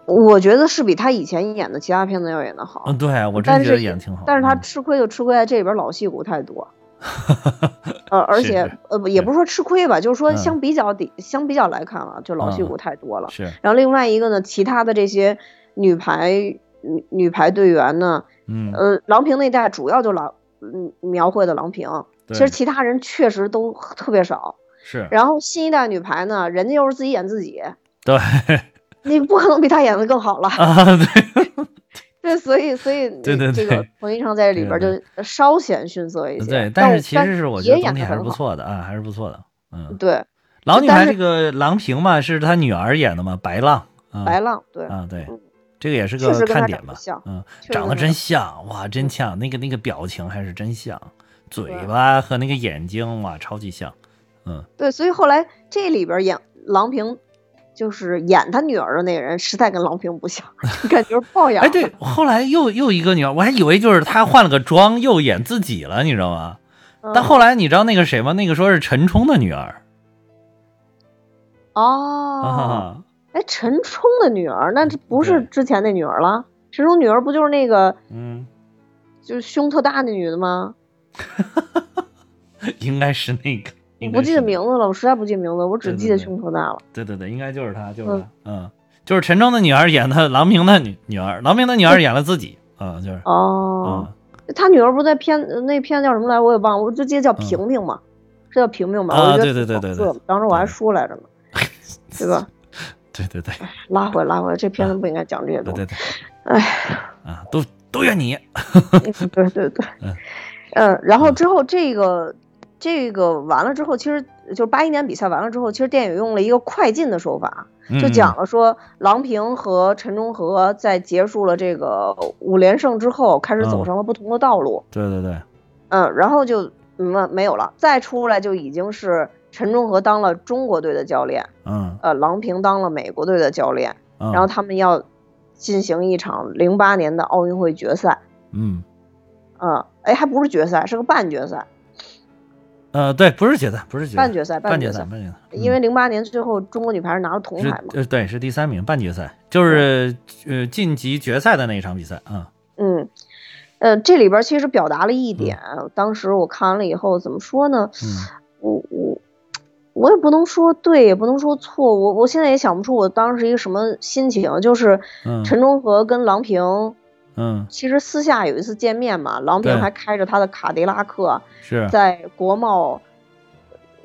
我觉得是比他以前演的其他片子要演的好。
嗯，对啊我真
但
觉得
是
演的挺好的。
但是他
嗯
吃亏就吃亏在这里边老戏骨太 多，呃，而
是
且
是
呃不也不是说吃亏吧，就是说
嗯
相比较底、相比较来看啊，就老戏
嗯
骨太多了。
是
然后另外一个呢，其他的这些女排女女排队员呢，
嗯，
呃，郎平那代主要就郎嗯描绘的郎平，其
对嗯
实其他人确实都特别少。
是
然后新一代女排呢，人家又是自己演自己，
对
你不可能比她演的更好了。
啊，对
对，所以 所以
对对对
这个彭昱畅在这里边
对
就稍显逊色一些，
对，
但
但是其实是我觉
也
得
演
整体
得
还是
很
不
好。
错的啊，还是不错的。嗯，
对，
老女
但
孩
是
这个郎平嘛，是她女儿演的嘛，白浪啊，
白浪对，
啊，对
嗯，
这个也是
确
个
实跟
看
他
点
长得
吧。
像，
嗯，
确实
长得
跟他嗯
真像，哇，真像，那个那个表情还是真像，嘴
啊
巴和那个眼睛哇，超级像。
对，所以后来这里边演郎平，就是演他女儿的那个人，实在跟郎平不像， 感觉是抱养。
哎，对，后来又又一个女儿，我还以为就是她换了个妆又演自己了，你知道吗？
嗯，
但后来你知道那个谁吗？那个说是陈冲的女儿
哦，
啊，嗯
哎，陈冲的女儿，那这不是
对
之前那女儿了？陈冲女儿不就是那个
嗯，
就是胸特大那女的吗？
应该是那个，
我
应
不
该
记
是那个
得名字了，我实在不记名字，我只
对对
记得
对
胸特大了。
对对对，应该就是她，就是她，嗯，就是陈冲的女儿演的郎平的女女儿，郎平的女儿演了自己，啊，就是，
哦，
啊，
他女儿不在片那片叫什么来？我也忘了，我就记得叫平平嘛，是叫平平吧？
嗯啊
我觉得
对对
挺
对
好
对
色
对
的当时我还说 来着呢，对吧？
对对对
拉回来拉回来，这片子不应该讲这些
对
东
对。
西
对，
哎，
啊，都都怨你，
对对对
嗯，
嗯，然后之后这个这个完了之后，其实就是八一年比赛完了之后，其实电影用了一个快进的手法，就
嗯
讲了说郎平和陈忠和在结束了这个五连胜之后，开始
嗯
走上了不同的道路，
对对对，
嗯，然后就嗯没有了，再出来就已经是陈忠和当了中国队的教练，
嗯，
呃，郎平当了美国队的教练。
嗯
然后他们要进行一场零八年的奥运会决赛，
嗯
嗯，哎，还不是决赛，是个半决赛，
呃，对，不是决赛，不是决赛，
半决赛，
半
决
赛，
赛，
半决赛，
因为零八年最后中国女排是拿了铜
是
牌嘛，
呃对是第三名，半决赛就是呃晋级决赛的那一场比赛啊，
嗯，呃，这里边其实表达了一点，当时我看完了以后怎么说呢？
嗯
我我我也不能说对，也不能说错，我我现在也想不出我当时一个什么心情，就是
嗯
陈忠和跟郎平。
嗯
其实私下有一次见面嘛，郎平
对嗯
还开着他的卡迪拉克，
是
在国贸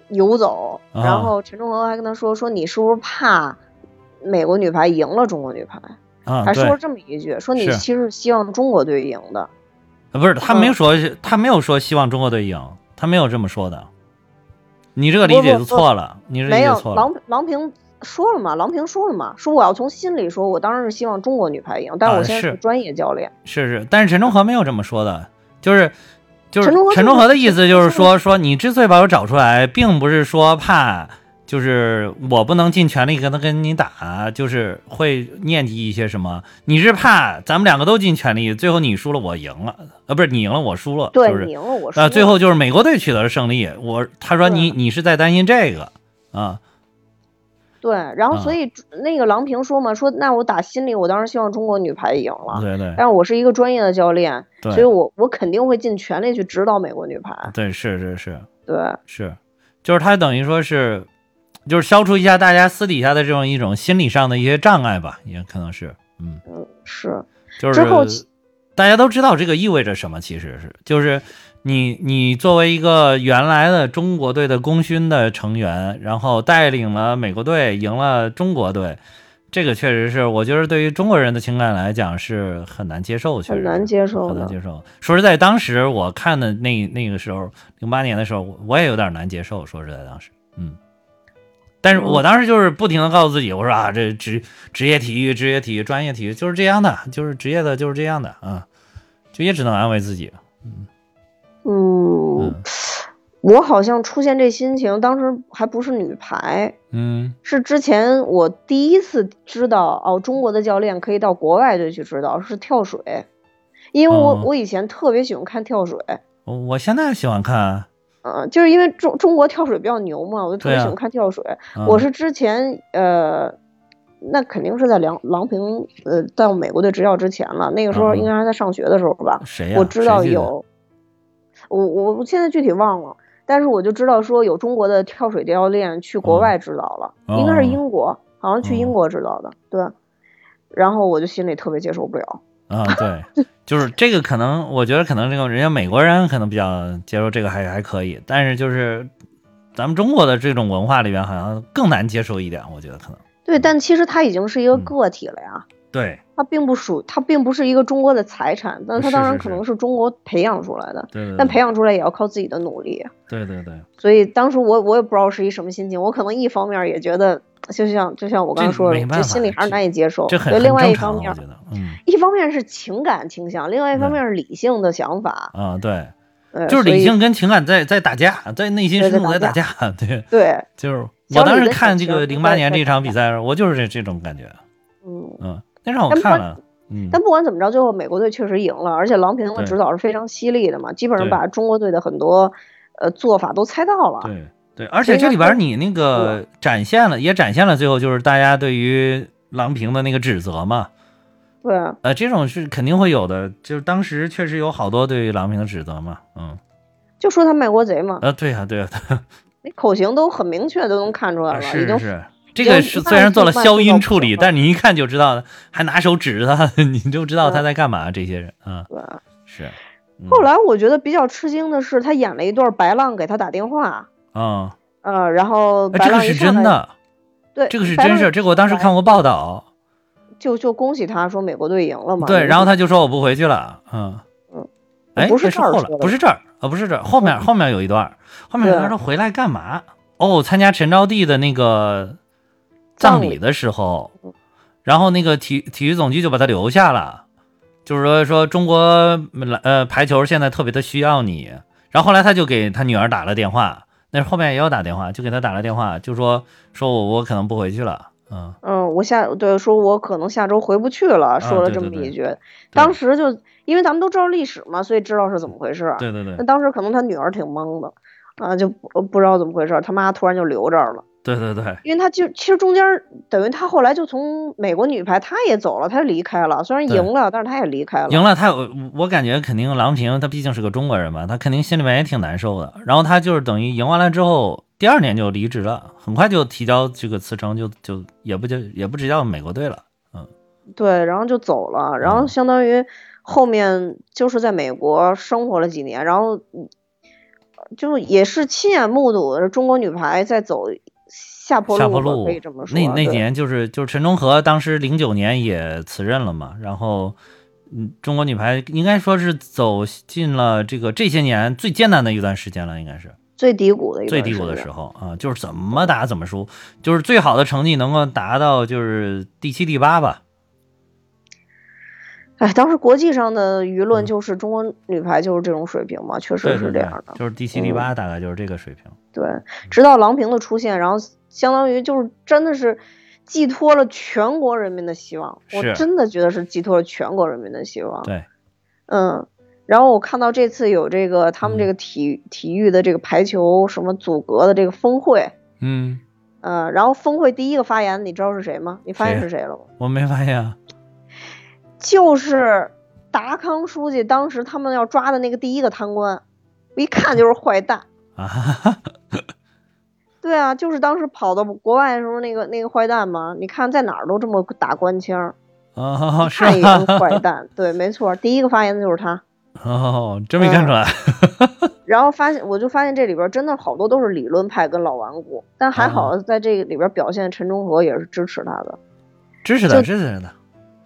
游走，
啊
然后陈忠和还跟他说说你是不是怕美国女排赢了中国女排，
啊
还
对
说了，这么一句，说你
是
其实是希望中国队赢的，
呃不是他没
嗯
说他没有说希望中国队赢，他没有这么说的，你这个理
不
解就
不不
错了，你这理
没
解
有
错了
郎，郎平。说了嘛，郎平说了嘛，说我要从心里说，我当然是希望中国女排赢，但
啊
我现在
是
是专业教练，
是是，但是陈忠和没有这么说的，就是。就是
陈忠和
陈
这
忠
么
和的意思就是
这么
说，说你之所以把我找出来，并不是说怕，就是我不能尽全力跟他跟你打，就是会念及一些什么。你是怕咱们两个都尽全力，最后你输了我赢了，呃，不是你赢了我输了，
对，
就是
你赢了我输了。
啊，最后就是美国队取得了胜利。我他说你你是在担心这个啊，
对，然后
啊
所以那个郎平说嘛，说那我打心里，我当然希望中国女排赢了，
对对
但是我是一个专业的教练，
对
所以我我肯定会尽全力去指导美国女排。
对，是是是
对，
是，就是他等于说是，就是消除一下大家私底下的这种一种心理上的一些障碍吧，也可能是，嗯，
嗯，是，
就
之后
是大家都知道这个意味着什么，其实是就是你你作为一个原来的中国队的功勋的成员，然后带领了美国队赢了中国队，这个确实是我觉得对于中国人的情感来讲是很难接受，确实是
难接受
很难
的
接受。说实在，当时我看的那那个时候，零八年的时候，我我也有点难接受。说实在，当时，嗯。但是我当时就是不停的告诉自己，我说啊，这职职业体育、职业体育、专业体育就是这样的，就是职业的，就是这样的啊，就也只能安慰自己。
嗯，
嗯
我好像出现这心情，当时还不是女排，
嗯
是之前我第一次知道哦，中国的教练可以到国外队去指导，是跳水，因为我、
哦
我以前特别喜欢看跳水，
我我现在喜欢看啊，
嗯、就是因为中中国跳水比较牛嘛，我就特
对
别
啊
喜欢看跳水。
啊
我是之前呃，那肯定是在郎郎平呃到美国队执教之前了，那个时候
嗯
应该还在上学的时候吧。
哎谁呀、
我知道
谁记得，
有，我我我现在具体忘了，但是我就知道说有中国的跳水教练去国
嗯
外指导了，应该是
哦
英国，好像去英
嗯
国指导的，对。然后我就心里特别接受不了，
啊，对，就是这个可能，我觉得可能这个人家美国人可能比较接受这个还还可以，但是就是咱们中国的这种文化里边好像更难接受一点，我觉得可能。
对，但其实他已经是一个
嗯
个体了呀，
对
它并不属，它并不是一个中国的财产，但它
是
当
是
然
是嗯
可能是中国培养出来的，
对对，
但培养出来也要靠自己的努力。
对对对，
所以当时我我也不知道是一什么心情，我可能一方面也觉得，就像就像我刚
这
刚说
没
的，
办
就
法
心里还是
这
难以接受。
这很
对，
很
另外
正
一
常
方
啊，
面
我觉，得，嗯
一方面是情感倾向，另外一方面是理性的想法，
啊对，
呃
嗯就是
所
理
以
性跟情感在在打架，在内心
对
深
在
处在打
打
架， 对，
对，
就是我
小
当
李
时
的
看
小
这个
情
零
绪
八
在
年
在
这场比
打
赛的时候，我就是这这种感觉，
嗯。
嗯，那场我
但不
看
管
了，嗯，
但不管怎么着，最后美国队确实赢了，而且郎平的
对
指导是非常犀利的嘛，基本上
对
把中国队的很多呃做法都猜到了。
对对，而
所
且
以
这
要
里边
说
你那个展现了，也展现了最后就是大家对于郎平的那个指责嘛，
对，
呃，这种是肯定会有的，就是当时确实有好多对于郎平的指责嘛，嗯，
就说他卖国贼嘛，
呃，对呀、对呀、
那口型都很明确，都能看出来
啊
了，
是
已经
是是，这个
已经
是
一
虽然
半
做了
一半
消
都
音
到
处
手
理，
了
但你一看就知道，还拿手指他， 你就知道他
嗯
在干嘛。这些人，嗯，
对。啊
是，嗯
后来我觉得比较吃惊的是，他演了一段白浪给他打电话，
啊，
呃，然后
哎
白
这个
浪一
是
上
真
来，
的，
对，
这个是
白
真
浪
事儿，这个我当时
来
看过报道，
就就恭喜他说美国队赢了嘛。
对，
你
然后他就说我不回去了，嗯
嗯，
哎，
不
这
是
是
这儿
后
说
来，
的嗯
不是这儿啊，不是这儿，后面后面有一段儿，后面有一段儿
对
他回来干嘛？哦，参加陈招娣的那个葬
葬
礼
礼嗯
的时候，然后那个体体育总局就把他留下了，就是说说中国呃排球现在特别的需要你。然后后来他就给他女儿打了电话，那后面也有打电话，就给他打了电话，就说说我我可能不回去了，嗯，
嗯，我下对说，我可能下周回不去了，说
啊
了
对
这
对
么
对
一句。当时就因为咱们都知道历史嘛，所以知道是怎么回事。
对对对
那当时可能他女儿挺懵的，啊，就不不知道怎么回事，他妈突然就留这儿了。
对对对，
因为他就其实中间儿等于他后来就从美国女排，他也走了，他离开了。虽然
对
赢了，但是他也离开了。
赢了他，我我感觉肯定郎平，他毕竟是个中国人嘛，他肯定心里面也挺难受的。然后他就是等于赢完了之后，第二年就离职了，很快就提交这个辞呈，就就也不就也不执教美国队了。
对，然后就走了，然
嗯
后相当于后面就是在美国生活了几年，然后嗯就也是亲眼目睹的中国女排在走下坡
下
路
坡
吧，
路
可以这么说。
那那
对
年就是就是陈忠和当时零九年也辞任了嘛，然后嗯，中国女排应该说是走进了这个这些年最艰难的一段时间了，应该是。
最低谷的一
最
段
低谷的
间
时候啊，就是怎么打怎么输，就是最好的成绩能够达到就是第七、第八吧。
哎，当时国际上的舆
嗯
论就是中国女排就是这种水平嘛，确
对
实
对
是这
对
样的。嗯
就是第七、第八，大概就是这个水平。
对，直到郎平的出现，然后相当于就是真的是寄托了全国人民的希望，我
是
真的觉得是寄托了全国人民的希望。
对，
嗯，然后我看到这次有这个他们
嗯
这个体体育的这个排球什么组阁的这个峰会，
嗯，
呃，然后峰会第一个发言，你知道是谁吗？你发
谁
现
呀
是谁了吗？
我没发现啊。
就是达康书记当时他们要抓的那个第一个贪官，我一看就是坏蛋。
啊哈哈，
对啊，就是当时跑到国外的时候那个那个坏蛋嘛，你看在哪儿都这么打官腔儿，
哦，是
看一个坏
啊，
蛋。对，没错，第一个发言的就是他。
哦，真没看出来。
然后发现，我就发现这里边真的好多都是理论派跟老顽固，但还好
啊
在这个里边表现，陈忠和也是支持他的。
支持的，支持的。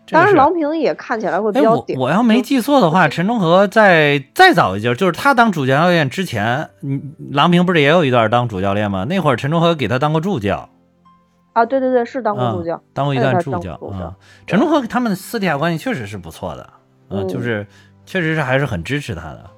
这个
当然，
是
郎平也看起来会比
哎，
较
我
顶。
我要没
就
记错的话，陈忠和在再早一届，就是他当主教练之前，嗯郎平不是也有一段当主教练吗？那会儿陈忠和给他当过助教，
啊，对对对，是当过助教，
当过一
哎
段
他
助
当
教
助
啊
教。
陈忠和他们私底下关系确实是不错的，啊，
嗯
就是确实是还是很支持他的。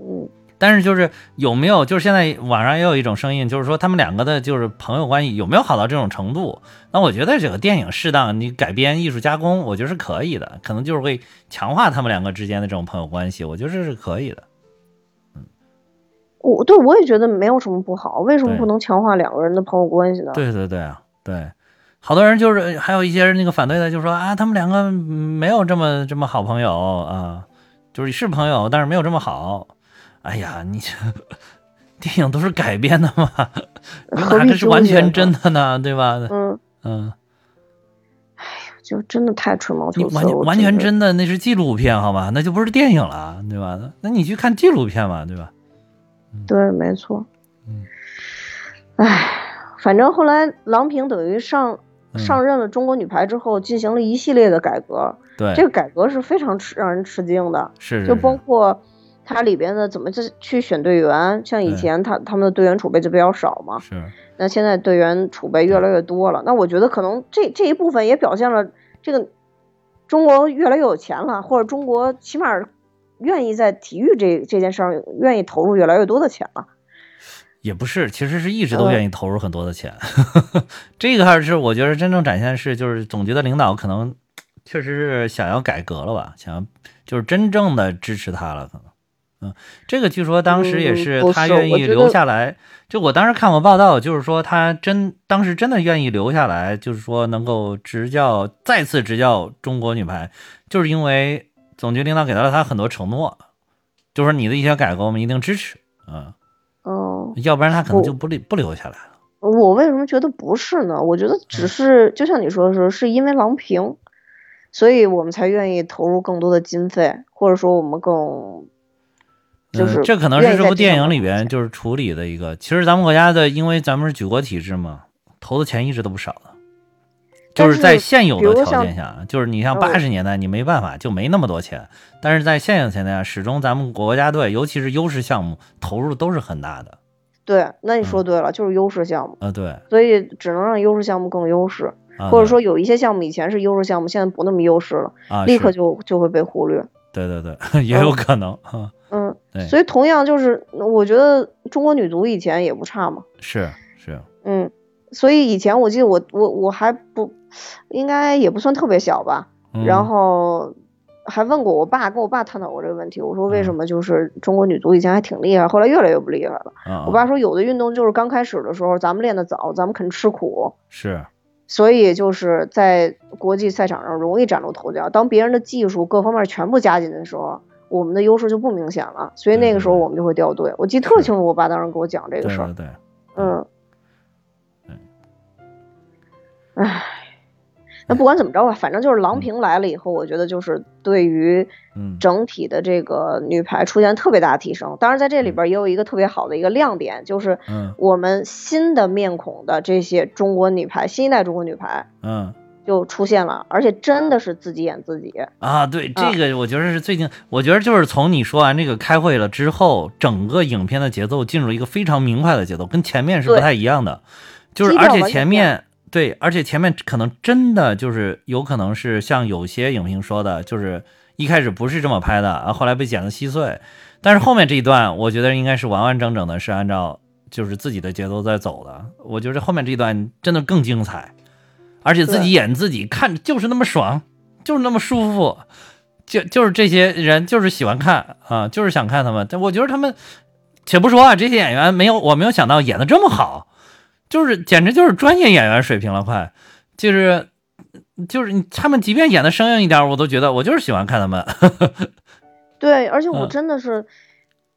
嗯，
但是就是有没有，就是现在网上也有一种声音，就是说他们两个的就是朋友关系有没有好到这种程度？那我觉得这个电影适当你改编艺术加工，我觉得是可以的，可能就是会强化他们两个之间的这种朋友关系，我觉得这是可以的。
我对我也觉得没有什么不好，为什么
对
不能强化两个人的朋友关系呢？
对对对啊，对，好多人就是还有一些人那个反对的，就说啊，他们两个没有这么这么好朋友啊，就是是朋友，但是没有这么好。哎呀，你这电影都是改编的嘛，你
何
哪
必
个是
纠
完
结
全
呢
真的呢？对吧？
嗯，
嗯，
就真的太吹毛
你
求疵
完
了。
全
我
完全
觉得
真的那是纪录片，好吧？那就不是电影了，对吧？那你去看纪录片嘛，对吧？
对，没错。
嗯
唉，反正后来郎平等于上
嗯
上任了中国女排之后，进行了一系列的改革，
对，
这个改革是非常吃让人吃惊的，
是
就是包
是，
括它里边的怎么这去选队员，像以
对
前他他们的队员储备就比较少嘛，
是
那现在队员储备越来越多了，那我觉得可能这这一部分也表现了这个中国越来越有钱了，或者中国起码愿意在体育这这件事上愿意投入越来越多的钱了。
也不是，其实是一直都
嗯
愿意投入很多的钱。 这个还是我觉得真正展现是，就是总觉得领导可能确实是想要改革了吧，想要就是真正的支持他了，可能。嗯，这个据说当时也
嗯
是
不
他
是
愿
我
意
觉
留
得
下来。就我当时看过报道，就是说他真当时真的愿意留下来，就是说能够执教，再次执教中国女排，就是因为总局领导给到了他很多承诺，就说你的一些改革我们一定支持，嗯。
嗯，
要不然他可能
不
就不留不留下来了。
我为什么觉得不是呢？我觉得只
嗯
是就像你说的是，是因为郎平，所以我们才愿意投入更多的经费，或者说我们更就是
嗯，呃这可能
愿
是
意
这
在
部电
上
影
面
里
花
边
钱
就是处理的一个。其实咱们国家的，因为咱们是举国体制嘛，投的钱一直都不少的。就
但
是在
是
现有
比如
的条
像
件下，就是你像
嗯
八十年代，你没办法，就没那么多钱。但是在现有条件下，始终咱们国家队，尤其是优势项目，投入都是很大的。
对，那
嗯
你说对了，就是优势项目，
呃，对，
所以只能让优势项目更优势。
啊
或者
对
说有一些项目以前是优势项目，现在不那么优势了，
啊，
立
是
刻就就会被忽略。
对对对， 也有可能啊，
嗯
对，
所以同样就是，我觉得中国女足以前也不差嘛，
是是，
嗯，所以以前我记得我我我还不，应该也不算特别小吧，
嗯
然后还问过我爸，跟我爸探讨过这个问题，我说
嗯
为什么就是中国女足以前还挺厉害，后来越来越不厉害了。
啊啊
我爸说有的运动就是刚开始的时候咱们练得早，咱们肯吃苦，
是
所以就是在国际赛场上容易崭露头角。当别人的技术各方面全部加进的时候，我们的优势就不明显了，所以那个时候
对对对
我们就会掉队。我记得特清楚，我爸当时给我讲这
对
个事儿
对。对，
嗯
对，
唉，那不管怎么着吧，反正就是郎平来了以后，我觉得就是对于
嗯
整体的这个女排出现特别大的提升。当然，在这里边也有一个特别好的一个亮点，就是
嗯
我们新的面孔的这些中国女排，新一代中国女排。
嗯。
就出现了，而且真的是自己演自己。
啊，对，
啊
这个我觉得是最近，我觉得就是从你说完这个开会了之后，整个影片的节奏进入一个非常明快的节奏，跟前面是不
对
太一样的，就是
基调
而且
完全
前
不一样
面对，而且前面可能真的就是有可能是像有些影评说的，就是一开始不是这么拍的，啊，后来被剪得稀碎，但是后面这一段我觉得应该是完完整整的，是按照就是自己的节奏在走的，我觉得后面这一段真的更精彩，而且自己
对
演自己看着就是那么爽，就是那么舒服。就 就是这些人就是喜欢看啊，就是想看他们。但我觉得他们，且不说啊，这些演员没有我没有想到演的这么好，就是简直就是专业演员水平了，快，就是就是你他们即便演的生硬一点，我都觉得我就是喜欢看他们。
对，而且我
嗯
真的是，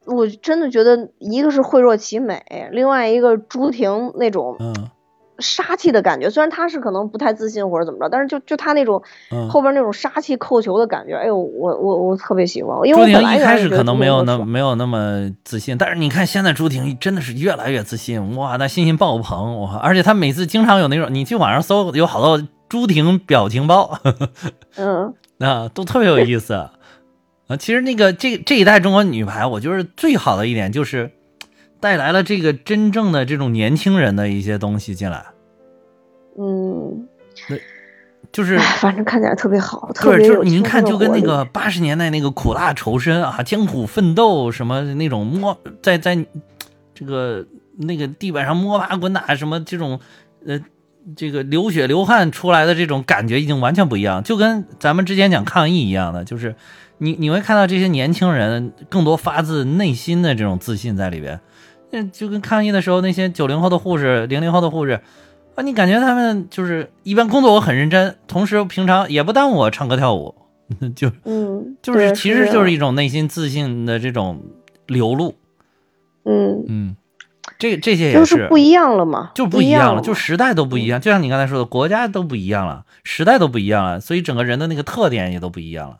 我真的觉得一个是惠若其美，另外一个朱婷那种
嗯
杀气的感觉。虽然她是可能不太自信或者怎么着，但是就就她那种
嗯，
后边那种杀气扣球的感觉，哎呦，我我我特别喜欢。因为
朱
我
婷
本来
一
原
开
来
始
觉得
可能
朱
没
婷
有
很
那
爽
没有那么自信，但是你看现在朱婷真的是越来越自信，哇，那信心爆棚，哇！而且她每次经常有那种，你去网上搜有好多朱婷表情包。
嗯，
啊，都特别有意思啊。其实那个这这一代中国女排，我觉得最好的一点就是带来了这个真正的这种年轻人的一些东西进来，
嗯，
就是
哎，反正看起来特别好，特
对，
别
就是
有
您
青
看，
春的
就跟
活
那
力
个八十年代那个苦辣仇深啊，艰苦奋斗什么那种摸在在这个那个地板上摸爬滚打什么这种呃这个流血流汗出来的这种感觉已经完全不一样，就跟咱们之前讲抗疫一样的，就是你你会看到这些年轻人更多发自内心的这种自信在里边，那就跟抗疫的时候那些九零后的护士、零零后的护士。啊，你感觉他们就是一般工作我很认真，同时平常也不耽误我唱歌跳舞， 就
嗯，
就
对
是其实就是
这
一
样
种内心自信的这种流露，
嗯，
嗯，这这些也
就是是不一样了嘛，
就
不
一
样
样了，
嘛
就时代都不一样，就像你刚才说的，国家都不一样了，时代都不一样了，所以整个人的那个特点也都不一样了，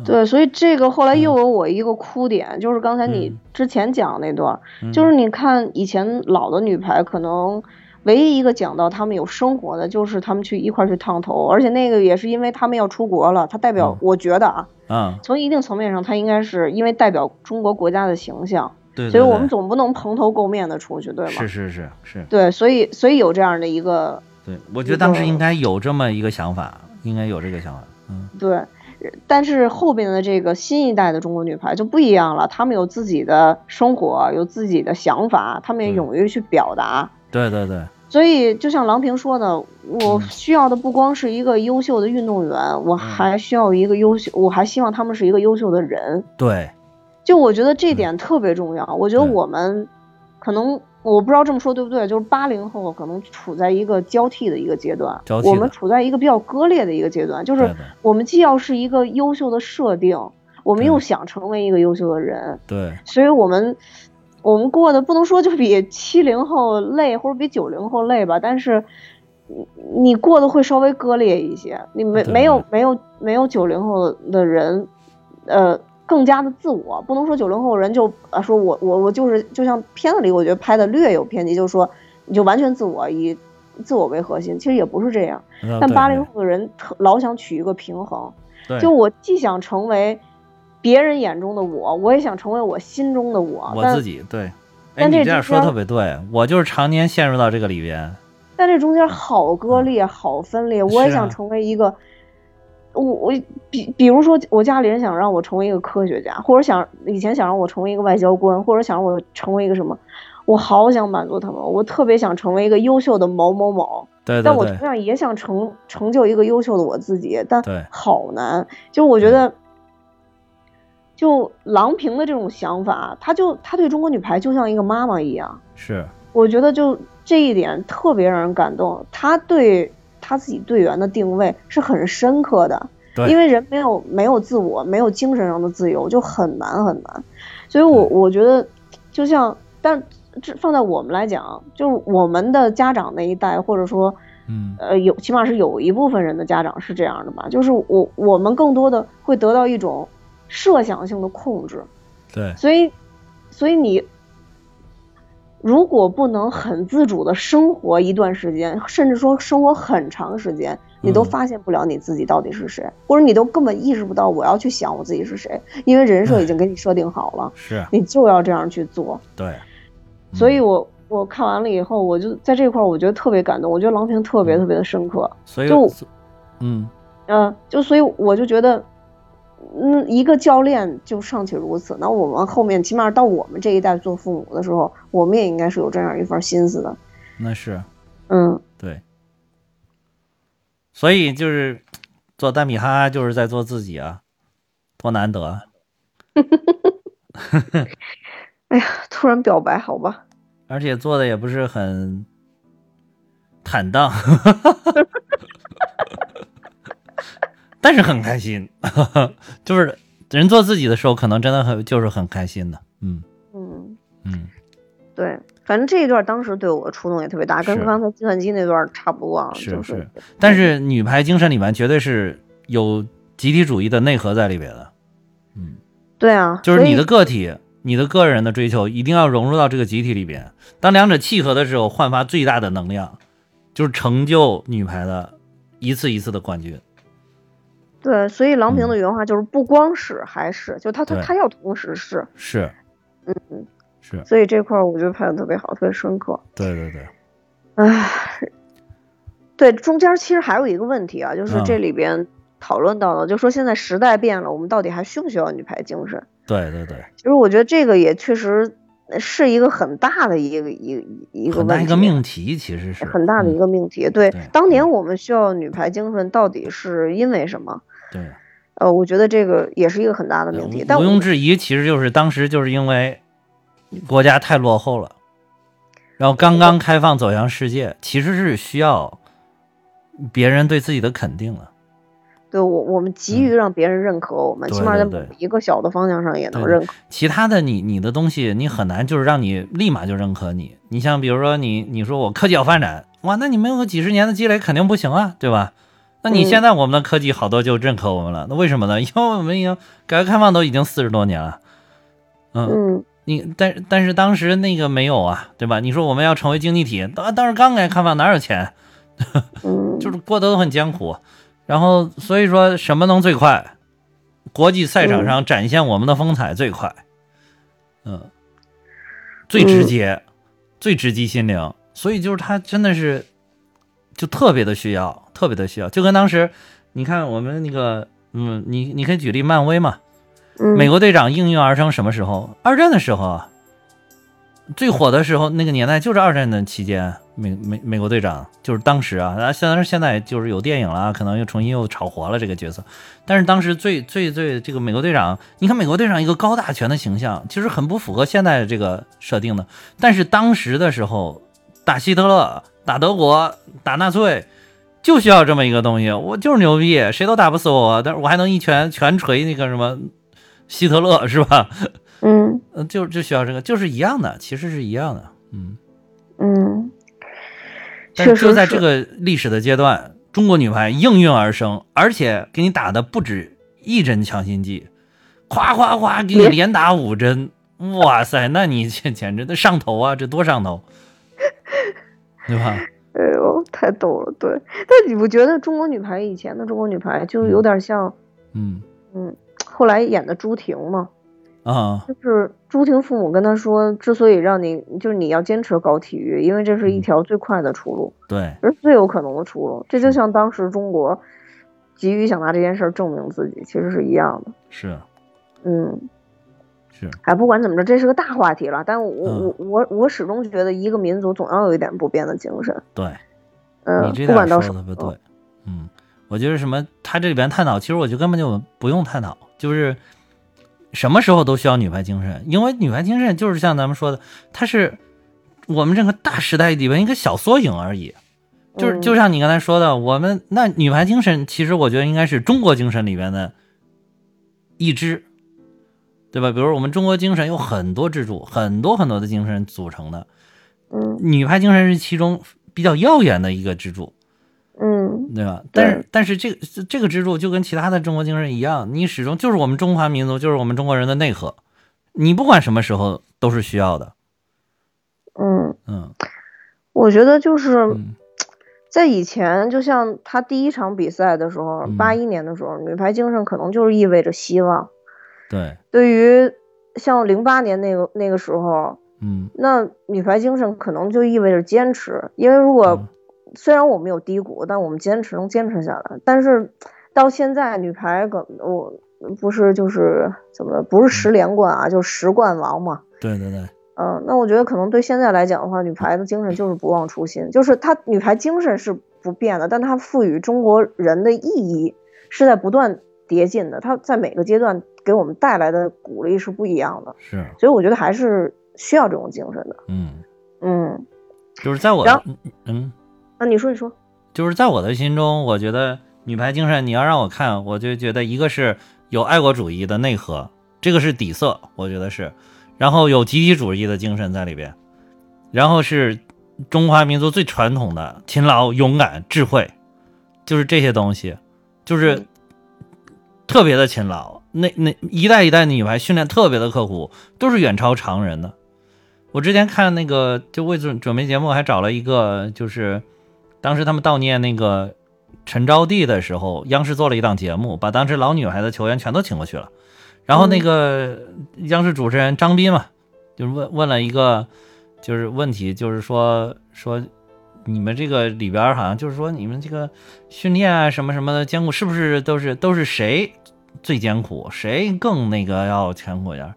嗯
对，所以这个后来又有我一个哭点，就是刚才你
嗯
之前讲那段儿，
嗯
就是你看以前老的女排可能。唯一一个讲到他们有生活的，就是他们去一块儿去烫头，而且那个也是因为他们要出国了，他代表
嗯，
我觉得啊，
嗯，
从一定层面上，他应该是因为代表中国国家的形象，
对对对，
所以我们总不能蓬头垢面的出去，对吗？
是是是是，
对，所以所以有这样的一个
对，我觉得当时应该有这么一个想法，应该有这个想法，嗯，
对，但是后边的这个新一代的中国女排就不一样了，她们有自己的生活，有自己的想法，她们也
嗯
勇于去表达。
对对对，
所以，就像郎平说的，我需要的不光是一个优秀的运动员，我还需要一个优秀，我还希望他们是一个优秀的人。
对，
就我觉得
嗯
这点特别重要。我觉得我们可能我不知道这么说对不对，就是八零后可能处在一个交替的一个阶段
交，替的
我们处在一个比较割裂的一个阶段，就
对
是
的，
我们既要是一个优秀的设定，我们
对
又想成为一个优秀的人，
对，
所以我们我们过得不能说就比七零后累，或者比九零后累吧，但是你你过得会稍微割裂一些，你没
对
没有没有没有九零后的人，呃。更加的自我，不能说九零后人就啊说我我我就是就像片子里我觉得拍的略有偏激，就是说你就完全自我以自我为核心，其实也不是这样。
啊
但八零后的人特老想取一个平衡，
对
就我既想成为别人眼中的我，我也想成为我心中的我。
我
但
自己对，哎，
但
你
这
这样
中
说
间
特别对，我就是常年陷入到这个里边，
但这中间好割裂，好分裂。我也
嗯是啊
想成为一个，我我比比如说，我家里人想让我成为一个科学家，或者想以前想让我成为一个外交官，或者想让我成为一个什么，我好想满足他们，我特别想成为一个优秀的某某某。
对对
但我同
对，
样也想成成就一个优秀的我自己，但
对
好难。就我觉得，就郎平的这种想法，她就她对中国女排就像一个妈妈一样，
是，
我觉得就这一点特别让人感动。她对她自己队员的定位是很深刻的，
对，
因为人没有没有自我，没有精神上的自由，就很难很难。所以我，我觉得，就像，但这放在我们来讲，就是我们的家长那一代，或者说，
嗯，
呃，有起码是有一部分人的家长是这样的吧，就是我我们更多的会得到一种设想性的控制，
对
所以，所以你如果不能很自主的生活一段时间，甚至说生活很长时间，你都
嗯
发现不了你自己到底是谁，或者你都根本意识不到我要去想我自己是谁，因为人设已经给你设定好了，
是，
你就要这样去做。
对，
所以我我看完了以后，我就在这块儿我觉得特别感动，我觉得郎平特别特别的深刻，
所以
就
嗯，
嗯、就所以我就觉得。嗯，一个教练就尚且如此，那我们后面起码到我们这一代做父母的时候，我们也应该是有这样一份心思的。
那是
嗯，
对，所以就是做蛋米哈哈就是在做自己啊，多难得啊！
哎呀，突然表白，好吧，
而且做的也不是很坦荡， 但是很开心，就是人做自己的时候，可能真的很就是很开心的。嗯
嗯，
嗯，
对，反正这一段当时对我触动也特别大，跟
是
刚才计算机那段差不多啊，
是，
就是
但是女排精神里面绝对是有集体主义的内核在里边的。嗯，
对啊，
就是
所以
你的个体。你的个人的追求一定要融入到这个集体里边，当两者契合的时候，焕发最大的能量，就是成就女排的一次一次的冠军。
对，所以郎平的
嗯
原话就是不光是还是，就他他
对
他要同时是，
是，
嗯，
是，
所以这块儿我觉得拍的特别好，特别深刻。
对对对，
唉，对，中间其实还有一个问题啊，就是这
嗯
里边讨论到的，就说现在时代变了，我们到底还需不需要女排精神？
对对对，
其实我觉得这个也确实是一个很大的一个一个一个
很
问
大
题，
一个命题，其实是嗯
很大的一
个、
个命题。对
对，
当年我们需要女排精神，到底是因为什么？
嗯
呃，我觉得这个也是一个很大的
对，
命题。
毋
但
毋
我
庸置疑，其实就是当时就是因为国家太落后了，然后刚刚开放走向世界，其实是需要别人对自己的肯定了。
对我我们急于让别人认可我们，
嗯对
起码在
对对
某一个小的方向上也能
对
认可。
其他的你你的东西，你很难就是让你立马就认可你。你像比如说你你说我科技要发展，哇，那你没有个几十年的积累肯定不行啊，对吧？那你
嗯
现在我们的科技好多就认可 我们了，那为什么呢？因为我们已经改革开放都已经四十多年了，嗯，
嗯，
你但但是当时那个没有啊，对吧？你说我们要成为经济体，当当时刚改革开放哪有钱？
嗯，
就是过得都很艰苦。然后所以说什么能最快？国际赛场上展现我们的风采最快，嗯，最直接，最直击心灵。所以就是他真的是就特别的需要，特别的需要。就跟当时你看我们那个，嗯，你你可以举例漫威嘛，
嗯
美国队长应运而生什么时候？二战的时候啊，最火的时候那个年代就是二战的期间，美美美国队长就是当时啊，那虽然现在就是有电影了啊，可能又重新又炒活了这个角色，但是当时最最最这个美国队长，你看美国队长一个高大全的形象，其实很不符合现在的这个设定的，但是当时的时候打希特勒、打德国、打纳粹。就需要这么一个东西，我就是牛逼，谁都打不死我，但是我还能一拳拳锤那个什么希特勒是吧？
嗯
嗯，就就需要这个，就是一样的，其实是一样的，嗯。
嗯，
但是
确
就
实
在这
是
个历史的阶段，中国女排应运而生，而且给你打的不止一针强心剂，夸夸夸给你
连
连打五针，哇塞，那你这简直的上头啊，这多上头，对吧？
哎呦，太逗了，对。但你不觉得中国女排以前的中国女排就有点像，
嗯
嗯，后来演的朱婷嘛，
啊，
就是朱婷父母跟她说，之所以让你就是你要坚持搞体育，因为这
嗯
是一条最快的出路，
对，
而最有可能的出路。这就像当时中国急于想拿这件事儿证明自己，其实是一样的。
是
嗯，
是，
哎，不管怎么着，这是个大话题了。但我
嗯
我我我始终觉得，一个民族总要有一点不变的精神。
对。
嗯
你，这
不
点
管到
说
什
的
么
不
时
对
候，，
嗯，我觉得什么，他这里边探讨，其实我就根本就不用探讨，就是什么时候都需要女排精神，因为女排精神就是像咱们说的，它是我们这个大时代里边一个小缩影而已。就是
嗯
就像你刚才说的，我们那女排精神，其实我觉得应该是中国精神里边的一支，对吧？比如我们中国精神有很多支柱，很多很多的精神组成的，
嗯
女排精神是其中比较耀眼的一个支柱。
嗯
对吧？但是
对
但是这个这个支柱就跟其他的中国精神一样，你始终就是我们中华民族，就是我们中国人的内核，你不管什么时候都是需要的。
嗯，
嗯
我觉得就是
嗯
在以前，就像他第一场比赛的时候
嗯，
八一年的时候，女排精神可能就是意味着希望。
对，
对于像零八年那个那个时候，
嗯
那女排精神可能就意味着坚持，因为如
嗯
果虽然我们有低谷，但我们坚持能坚持下来。但是到现在，女排可我不是就是怎么不是
嗯
十连冠啊，就是十冠王嘛。
对对对，
嗯，那我觉得可能对现在来讲的话，女排的精神就是不忘初心，就是她女排精神是不变的，但它赋予中国人的意义是在不断叠进的，它在每个阶段给我们带来的鼓励是不一样的，
是，
所以我觉得还是需要这种精神的。
嗯，
嗯，
就是在我
然后
嗯嗯，
那啊你说你说，
就是在我的心中，我觉得女排精神，你要让我看，我就觉得一个是有爱国主义的内核，这个是底色，我觉得是，然后有集体主义的精神在里边，然后是中华民族最传统的勤劳、勇敢、智慧，就是这些东西，就是
嗯
特别的勤劳。那那一代一代的女排训练特别的刻苦，都是远超常人的。我之前看那个，就为准准备节目，还找了一个，就是当时他们悼念那个陈招娣的时候，央视做了一档节目，把当时老女孩的球员全都请过去了。然后那个央视主持人张斌嘛，就是问问了一个就是问题，就是说说你们这个里边儿好像就是说你们这个训练啊什么什么的艰苦，是不是都是都是谁最艰苦，谁更那个要艰苦一点儿？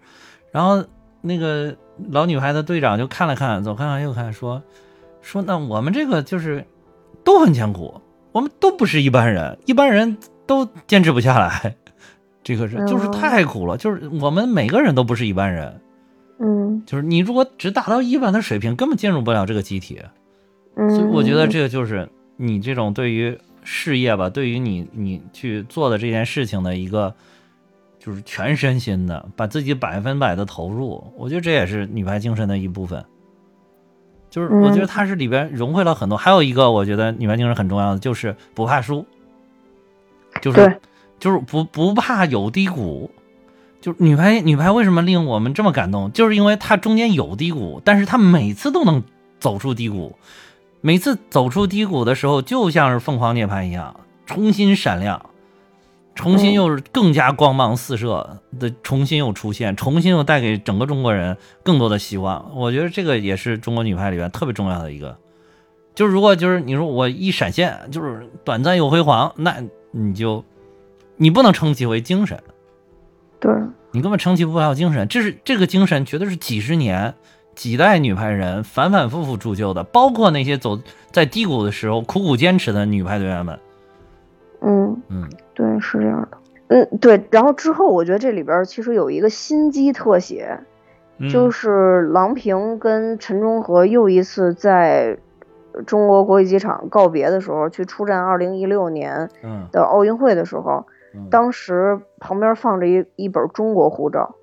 然后那个老女孩的队长就看了看，左看看右看，说说那我们这个就是都很艰苦，我们都不是一般人，一般人都坚持不下来。 这个是就是
哦
太苦了，就是我们每个人都不是一般人，
嗯
就是你如果只达到一般的水平，根本进入不了这个集体。
嗯，
所以我觉得这个就是你这种对于事业吧，对于你你去做的这件事情的一个，就是全身心的把自己百分百的投入，我觉得这也是女排精神的一部分。就是我
嗯
觉得它是里边融汇了很多，还有一个我觉得女排精神很重要的就是不怕输，就是
对
就是不不怕有低谷，就是女排女排为什么令我们这么感动，就是因为她中间有低谷，但是她每次都能走出低谷，每次走出低谷的时候，就像是凤凰涅槃一样，重新闪亮，重新又是更加光芒四射的，重新又出现，重新又带给整个中国人更多的希望。我觉得这个也是中国女排里边特别重要的一个。就是如果就是你说我一闪现，就是短暂又辉煌，那你就你不能称其为精神，
对，
你根本撑起不了精神。这是这个精神，绝对是几十年、几代女排人反反复复铸就的，包括那些走在低谷的时候苦苦坚持的女排队员们。
嗯，
嗯，
对，是这样的。嗯，对。然后之后，我觉得这里边儿其实有一个心机特写，
嗯
就是郎平跟陈忠和又一次在中国国际机场告别的时候，去出战2016年
嗯，
的奥运会的时候，
嗯
当时旁边放着一一本中国护照。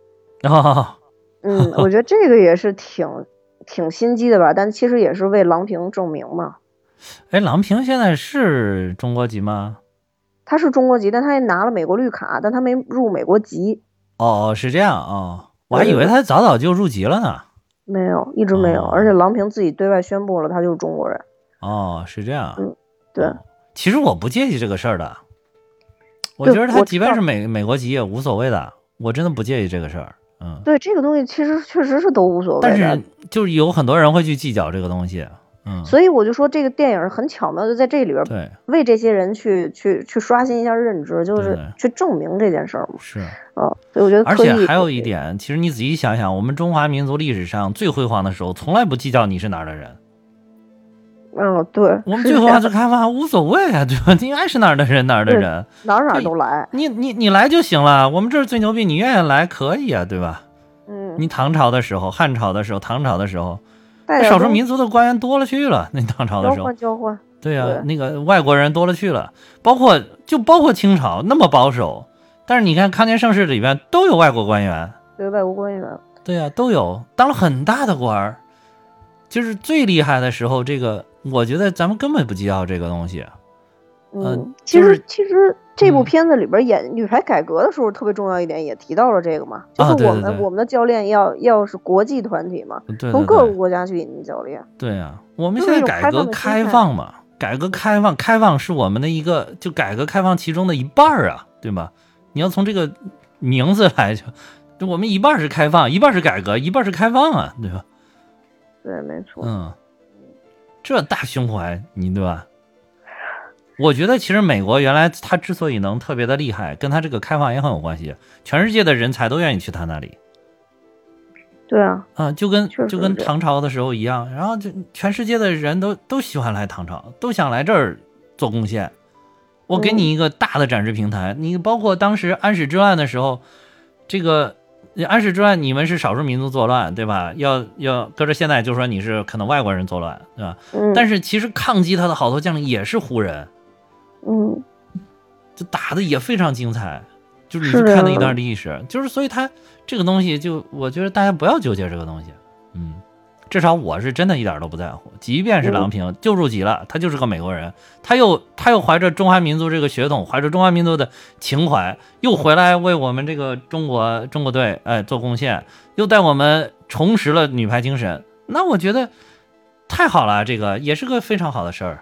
哦，
嗯，我觉得这个也是挺挺心机的吧，但其实也是为郎平证明嘛。
哎，郎平现在是中国籍吗？
他是中国籍，但他也拿了美国绿卡，但他没入美国籍，
哦，是这样哦，我还以
嗯
为他早早就入籍了呢。
没有，一直没有。
哦
而且郎平自己对外宣布了，他就是中国人。
哦，是这样。哦
嗯对，
其实我不介意这个事儿的，我
对
觉得他
我
即
知
便
道
是美美国籍也无所谓的，我真的不介意这个事儿。嗯，
对这个东西，其实确实是都无所谓
但
的。
是就是有很多人会去计较这个东西。嗯，
所以我就说这个电影很巧妙，就在这里边
对，
为这些人去去去刷新一下认知，就
对
是去证明这件事儿嘛。
是。
嗯，所以我觉得
而
刻
且
意
还有一点，其实你仔细想想，我们中华民族历史上最辉煌的时候，从来不计较你是哪儿的人。
嗯，对，
我们
是
最辉
这
煌
样
就开放无所谓啊，对吧？你爱是哪儿的人哪儿的
对
人，
哪儿哪儿都来。
你你你来就行了。我们这儿最牛逼，你愿意来可以啊，对吧？
嗯，
你唐朝的时候、汉朝的时候、唐朝的时候，
带点
少数
东
民族的官员多了去了，那唐朝的
交
时候
换，交换，
对呀、
对
那个外国人多了去了，包括就包括清朝那么保守，但是你看康乾盛世里边都有外国官员，
对外国官员。
对呀、都有当了很大的官儿，就是最厉害的时候，这个我觉得咱们根本不计较这个东西，呃
嗯，其
就是
实其实这部
嗯
片子里边演女排改革的时候特别重要一点，也提到了这个嘛，就
啊
是
对
我
对
们
对
我们的教练要要是国际团体嘛，
对对
从各个
对，
国家去引进教练。
对呀、我们
就
现在
是有
改
开
革
放的心
开
态
放嘛，改革开放，开放是我们的一个就改革开放其中的一半儿啊，对吧？你要从这个名字来就，就我们一半儿是开放，一半儿是改革，一半儿是开放啊，对吧？
对，没错。
嗯，这大胸怀，你对吧？我觉得其实美国原来它之所以能特别的厉害，跟它这个开放也很有关系。全世界的人才都愿意去它那里
对啊，
啊，就跟
确实
就跟
是
唐朝的时候一样，然后就全世界的人都都喜欢来唐朝，都想来这儿做贡献。我给
嗯
你一个大的展示平台，你包括当时安史之乱的时候，这个安史之乱你们是少数民族作乱，对吧？要要搁着现在就说你是可能外国人作乱，对吧？
嗯，
但
是
是其实抗击他的好多将领也是胡人，
嗯，
就打的也非常精彩。就是你去
是
看
啊
那一段历史，就是所以他这个东西就，我觉得大家不要纠结这个东西，嗯，至少我是真的一点都不在乎。即便是郎平就入籍了，他就是个美国人，他又他又怀着中华民族这个血统，怀着中华民族的情怀，又回来为我们这个中国中国队哎做贡献，又带我们重拾了女排精神，那我觉得太好了，这个也是个非常好的事儿。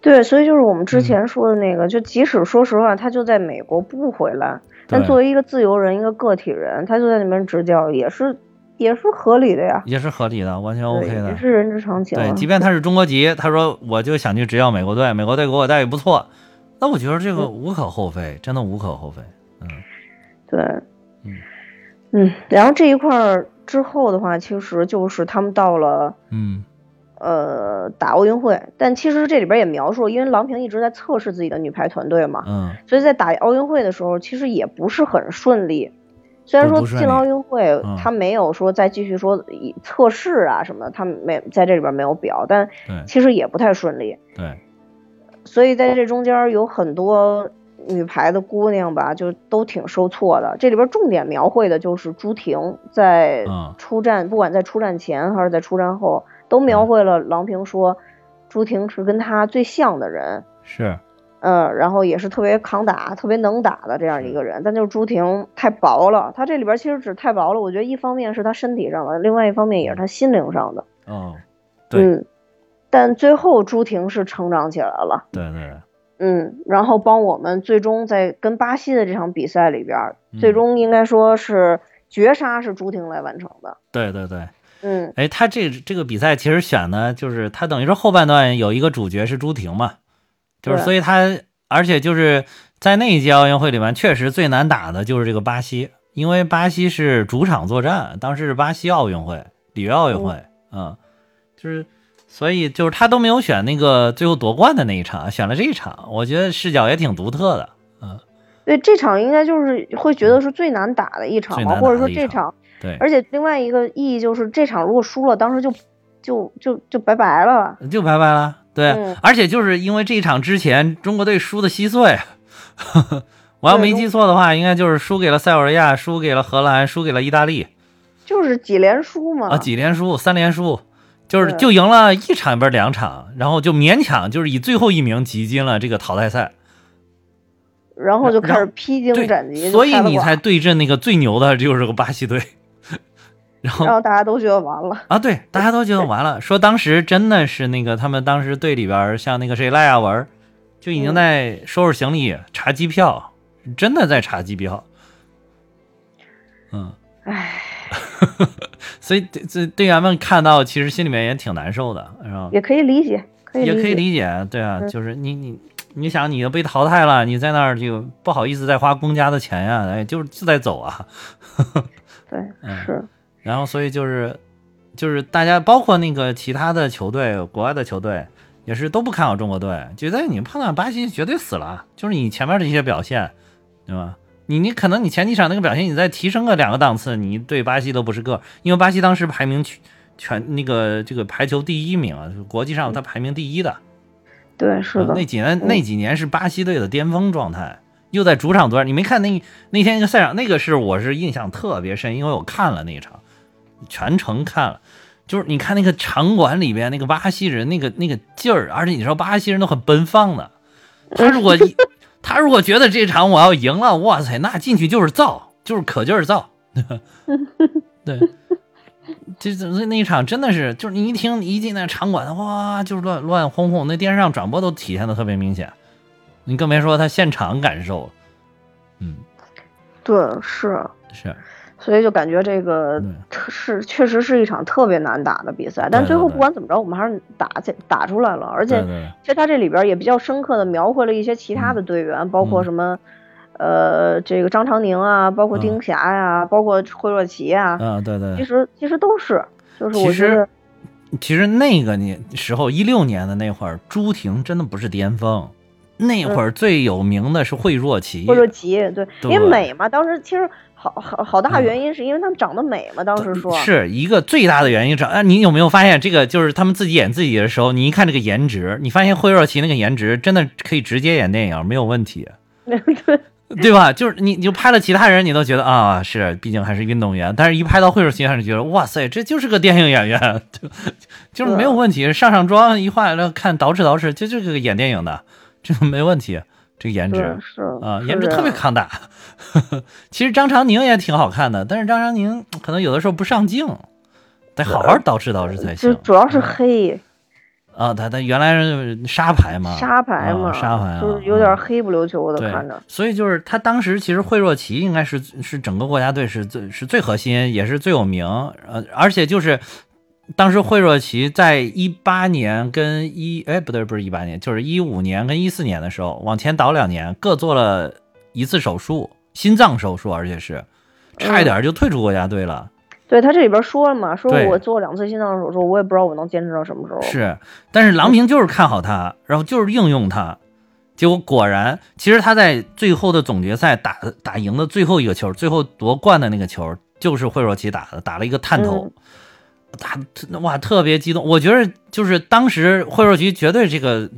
对，所以就是我们
嗯
之前说的那个，就即使说实话，他就在美国不回来，但
对
作为一个自由人、一个个体人，他就在那边执教，也是也是合理的呀。
也是合理的，完全 OK
对
的
也。是人之常情啊。
对，即便他是中国籍，他说我就想去执教美国队，美国队给我待遇不错，那我觉得这个无可厚非，真的无可厚非。
对，
嗯
嗯，然后这一块儿之后的话，其实就是他们到了
嗯，
呃打奥运会，但其实这里边也描述，因为郎平一直在测试自己的女排团队嘛，
嗯，
所以在打奥运会的时候，其实也不是很顺利。虽然
不
说
不顺
进了
利
奥运会，
嗯
他没有说再继续说以测试啊什么的，他没在这里边没有表，但
对
其实也不太顺利。
对，
所以在这中间儿有很多女排的姑娘吧，就都挺受挫的。这里边儿重点描绘的就是朱婷在
嗯
出战，不管在出战前还是在出战后，
嗯
都描绘了郎平说，朱婷是跟她最像的人，
是，
呃，然后也是特别抗打、特别能打的这样一个人。但就是朱婷太薄了，她这里边其实只太薄了。我觉得一方面是她身体上的，另外一方面也是她心灵上的。
哦，对
嗯，但最后朱婷是成长起来了，
对对对，
嗯，然后帮我们最终在跟巴西的这场比赛里边，
嗯
最终应该说是绝杀是朱婷来完成的。
对对对，
嗯，
哎，他这这个比赛其实选的就是他等于说后半段有一个主角是朱婷嘛，就是
对
所以他而且就是在那一届奥运会里面，确实最难打的就是这个巴西，因为巴西是主场作战，当时是巴西奥运会、里约奥运会，嗯，就是所以就是他都没有选那个最后夺冠的那一场，选了这一场，我觉得视角也挺独特的，
对，这场应该就是会觉得是最难打的一场
最
吧，
难
或者
打
说
的一
这
场
场，
对，
而且另外一个意义就是这场如果输了，当时就就就就拜拜了。
就拜拜了。对，
嗯
而且就是因为这一场之前中国队输的稀碎， 我要
对
没
中
记错的话，应该就是输给了塞尔维亚，输给了荷兰，输给了意大利
就是几连输嘛，
啊，几连输，三连输，就是
对
就赢了一场，不是两场，然后就勉强就是以最后一名挤进了这个淘汰赛。
然后就开
然
始披荆斩棘，
对，
就
所以
开了
你
挂
才对阵那个最牛的就是个巴西队。然后
然后大家都觉得完了，
啊，对，大家都觉得完 了，说当时真的是那个他们当时队里边儿像那个谁赖亚文儿，就已经
嗯
在收拾行李、查机票，真的在查机票。嗯，
唉，
所以队队队员们看到其实心里面也挺难受的，然后
也可以理解，可以
也可以
解，
理解，对啊，
嗯
就是你你你想你都被淘汰了，你在那儿就不好意思再花公家的钱呀、哎，就是就在走啊。
对，
嗯
是，
然后所以就是就是大家包括那个其他的球队，国外的球队也是都不看好中国队，觉得你碰到巴西绝对死了，就是你前面的一些表现，对吧？你你可能你前几场那个表现，你再提升个两个档次，你对巴西都不是个儿，因为巴西当时排名全全那个这个排球第一名啊，就是国际上它排名第一的，
对，是
呃
的嗯
那，几年那几年是巴西队的巅峰状态，又在主场作战。你没看那那天那个赛场，那个是我是印象特别深，因为我看了那一场，全程看了。就是你看那个场馆里边那个巴西人那个那个劲儿，而且你知道巴西人都很奔放 的，他如果他如果觉得这场我要赢了，哇塞，那进去就是造，就是可劲儿 造。 对，这这那一场真的是，就是你一听你一进那场馆，哇，就是乱乱哄哄，那电视上转播都体现的特别明显，你更别说他现场感受了。嗯，
对，是，
是
所以就感觉这个
对
特是确实是一场特别难打的比赛，但
对
最后
对
不管怎么着，我们还是打起打出来了，而
对
且啊
对对
其实他这里边也比较深刻的描绘了一些其他的队员，包括
嗯
什么。呃，这个张常宁啊，包括
嗯
丁霞呀、包括惠若琪呀、
啊，对对
其。实其实都是，就是
其
我觉
实
得，
其实那个年时候，一六年的那会儿，朱婷真的不是巅峰，那会儿最有名的是惠若琪，
嗯惠若琪对，因
对嗯
为美嘛，当时其实好好好大原因是因为他们长得美嘛，当时说
呃 是一个最大的原因。是啊，你有没有发现这个？就是他们自己演自己的时候，你一看这个颜值，你发现惠若琪那个颜值真的可以直接演电影，没有问题，对
嗯
吧？就是你你就拍了其他人，你都觉得啊，是，毕竟还是运动员。但是一拍到惠若琪，还是觉得哇塞，这就是个电影演员， 就就是没有问题，上上妆一化，然后看捯饬捯饬，就这个演电影的，这个没问题，这个颜值。
是是
啊，
是
颜值
这
特别
样
抗打。 其实张常宁也挺好看的，但是张常宁可能有的时候不上镜，得好好捯饬捯饬才
啊就
行
主要是黑
啊。他他原来是沙排嘛，
沙排
啊
嘛，
沙排啊
就是有点黑不溜秋的
对
看着，，
所以就是他当时其实惠若琪应该是是整个国家队是最是最核心，也是最有名，呃，而且就是当时惠若琪在一八年跟一哎不对不是一八年，就是一五年跟一四年的时候，往前倒两年，各做了一次手术，心脏手术，而且是差一
嗯
点就退出国家队了。
对他这里边说了嘛，说
对
我做两次心脏手术，我也不知道我能坚持到什么时候。
是，但是郎平就是看好他，然后就是应用他，结果果然，其实他在最后的总决赛打打赢的最后一个球，最后夺冠的那个球，就是惠若琪打的，打了一个探头，打哇特别激动。我觉得就是当时惠若琪绝对这个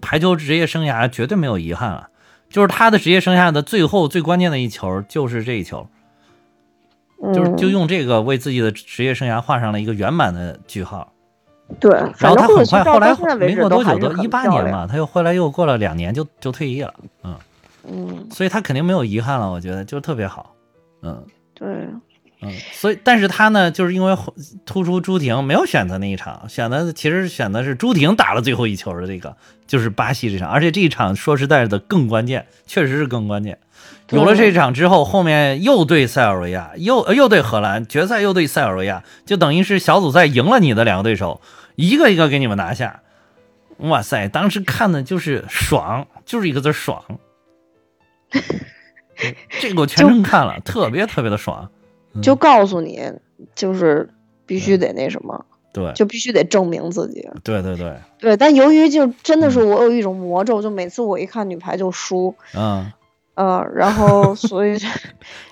排球职业生涯绝对没有遗憾了，就是他的职业生涯的最后最关键的一球就是这一球，就是就
嗯
用这个为自己的职业生涯画上了一个圆满的句号。
对，
然
反
后他
正或者
很
去
快，
到
后来
现在为
没
止
过
都
多
还
久，
是
都
很
一八
漂
年
亮。
吧，他又后来又过了两年就就退役了，嗯，
嗯，
所以他肯定没有遗憾了，我觉得就特别好，嗯
对，
嗯，所以但是他呢，就是因为后突出朱婷没有选择那一场，选的其实选的是朱婷打了最后一球的这个，就是巴西这场，而且这一场说实在的更关键，确实是更关键。
对
有了这场之后，后面又对塞尔维亚，又呃又对荷兰，决赛又对塞尔维亚，就等于是小组赛赢了你的两个对手，一个一个给你们拿下。哇塞，当时看的就是爽，就是一个字儿爽。这个我全程看了，特别特别的爽。
就告诉你，就是必须得那什么，
对，
就必须得证明自己。
对对 对，
对，但由于就真的是我有一种魔咒，就每次我一看女排就输，
嗯，
呃，然 后所以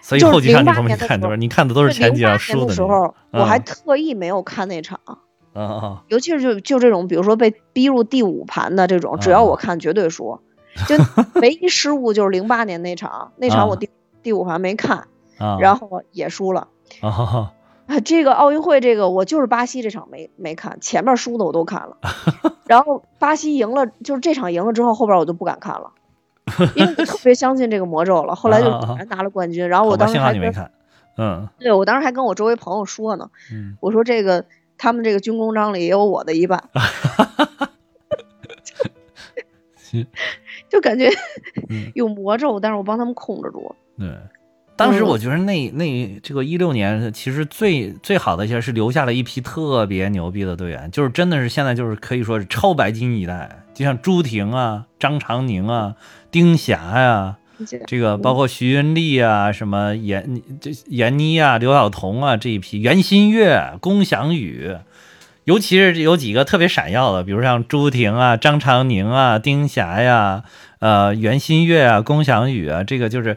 所以
就是
后几场你
08
都没
年的
看，
时
对
候
吧？你看的都是前几
零八
场输
年的
的
时
那个。
候，我还
嗯
特意没有看那场，
嗯嗯嗯，
尤其是就就这种，比如说被逼入第五盘的这种，只
啊
要我看绝对输。就唯一失误就是零八年那场，那场我
啊
第第五盘没看，
啊，
然后也输了。
后
啊，这个奥运会这个我就是巴西这场没没看，前面输的我都看了，然后巴西赢了，就是这场赢了之后，后边我就不敢看了，因为我特别相信这个魔咒了。后来就
啊啊啊
果然拿了冠军，然后我
好吧
当时
幸好
还
你没
跟
看，嗯
对我当时还跟我周围朋友说呢，
嗯，
我说这个他们这个军功章里也有我的一半
行，
就感觉
嗯
有魔咒，但是我帮他们控制住了。
对。当时
嗯
我觉得那那这个一六年其实最最好的一些是留下了一批特别牛逼的队员，就是真的是现在就是可以说是超白金一代，就像朱婷啊、张常宁啊、丁霞呀、这个包括徐云丽啊、什么闫这闫妮啊、刘晓彤啊这一批，袁心玥、龚翔宇，尤其是有几个特别闪耀的，比如像朱婷啊、张常宁啊、丁霞呀、呃袁心玥啊、龚翔宇啊，这个就是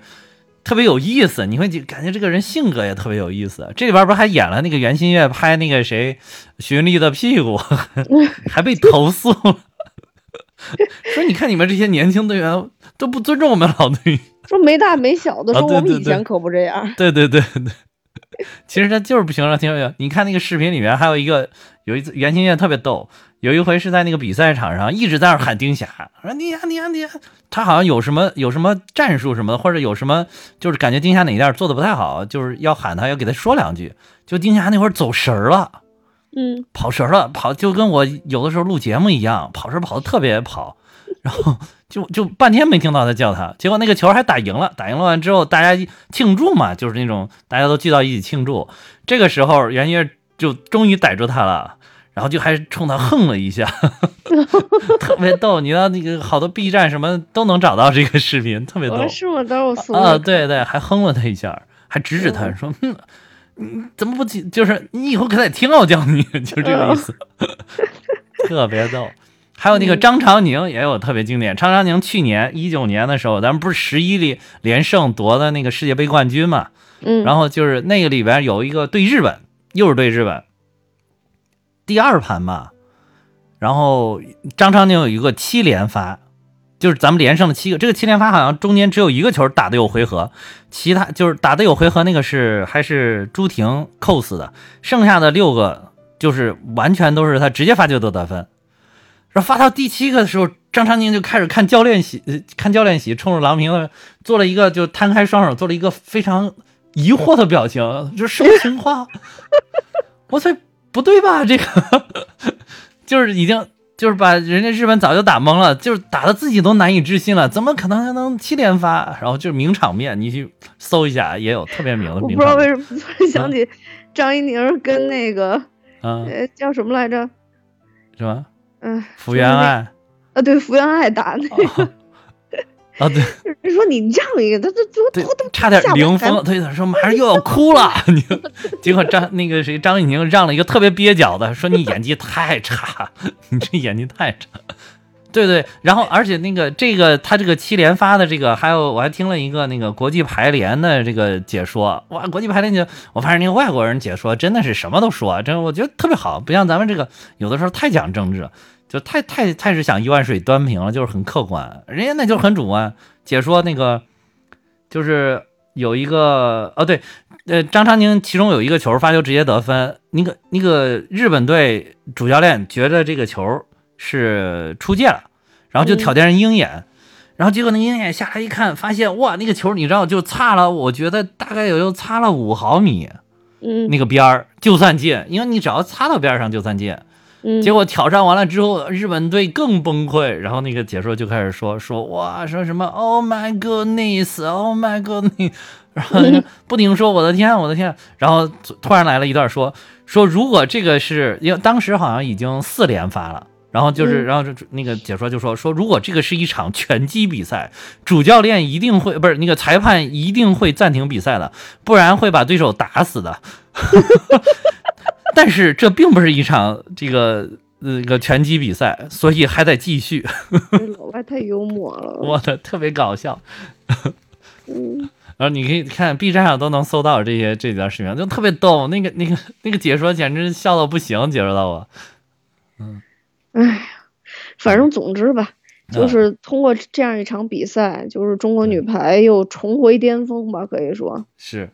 特别有意思。你会觉感觉这个人性格也特别有意思。这里边不是还演了那个袁心玥拍那个谁徐云丽的屁股， 还被投诉了。 说你看你们这些年轻队员都不尊重我们老队员，
说没大没小的，
啊
说
对
我们
对
以
对
前可不这样。
对对对对，其实他就是不行了，听没有？你看那个视频里面还有一个，有一次袁心玥特别逗，有一回是在那个比赛场上一直在那儿喊丁霞，说你呀你呀你呀，他好像有什么有什么战术什么的，或者有什么就是感觉丁霞哪一点做的不太好，就是要喊他要给他说两句，就丁霞那会儿走神儿了。
嗯，
跑神儿了，跑就跟我有的时候录节目一样，跑神儿跑的特别跑，然后就就半天没听到他叫他，结果那个球还打赢了，打赢了完之后大家一庆祝嘛，就是那种大家都聚到一起庆祝，这个时候袁月就终于逮住他了。然后就还冲他横了一下， 特别逗。你到那个好多 B 站什么都能找到这个视频，特别逗。
我是我当时我怂
啊，
了。
对对，还哼了他一下，还指指他
嗯
说：“嗯，你怎么不听？就是你以后可得听啊我叫你， 就这个意思， 特别逗。”还有那个张常宁也有特别经典，张常宁去年一九年的时候，咱们不是十一里连胜夺的那个世界杯冠军嘛？
嗯，
然后就是那个里边有一个对日本，又是对日本，第二盘吧。然后张常宁有一个七连发，就是咱们连胜了七个。这个七连发好像中间只有一个球打的有回合，其他就是打的有回合那个是还是朱婷扣死的，剩下的六个就是完全都是他直接发球得得分。然后发到第七个的时候，张常宁就开始看教练席，呃看教练席，冲着郎平的做了一个就摊开双手，做了一个非常疑惑的表情，这什么情况？ 我操，不对吧？这个 就是已经就是把人家日本早就打懵了，就是打的自己都难以置信了，怎么可能还能七连发？然后就是名场面，你去搜一下，也有特别名的
我不
名
知道
场
为
面。
什么突然想起张怡宁跟那个
嗯，
呃叫什么来着？
什么？
嗯，
福原爱
啊，对，福原爱打那个，
啊啊，对
人说你让一个，他他
对
他他，
差点
吓我一
零
跳
封，对他说马上又要哭了，你结果张那个谁张雨宁让了一个特别蹩脚的，说你演技太差， 你这演技太差。对对，然后而且那个这个他这个七连发的这个，还有我还听了一个那个国际排联的这个解说，哇，国际排联解，我发现那个外国人解说真的是什么都说，真我觉得特别好，不像咱们这个有的时候太讲政治，就太太太是想一碗水端平了，就是很客观，人家那就是很主观解说那个就是有一个哦对，呃，张常宁其中有一个球发球直接得分，那个那个日本队主教练觉得这个球是出界了，然后就挑战人鹰眼。然后结果那鹰眼下来一看，发现哇，那个球你知道就差了，我觉得大概也就差了五毫米，
嗯
那个边儿就算进，因为你只要擦到边儿上就算进。
嗯，
结果挑战完了之后，日本队更崩溃，然后那个解说就开始说说哇，说什么 Oh my goodness，Oh my goodness，然后就不停说我的天，我的天，然后突突然来了一段说说如果这个是因为当时好像已经四连发了。然后就是，
嗯
然后就那个解说就说说，如果这个是一场拳击比赛，主教练一定会不是那个裁判一定会暂停比赛的，不然会把对手打死的。 但是这并不是一场这个呃一个拳击比赛，所以还得继续。
哎老外太幽默了，
我的特别搞笑。
嗯
然后你可以看 B 站上都能搜到这些这段视频，就特别逗。那个那个那个解说简直笑到不行，解说到我。
哎，反正总之吧， 就
嗯
是通过这样一场比赛，就是中国女排又重回巅峰吧，可以说
是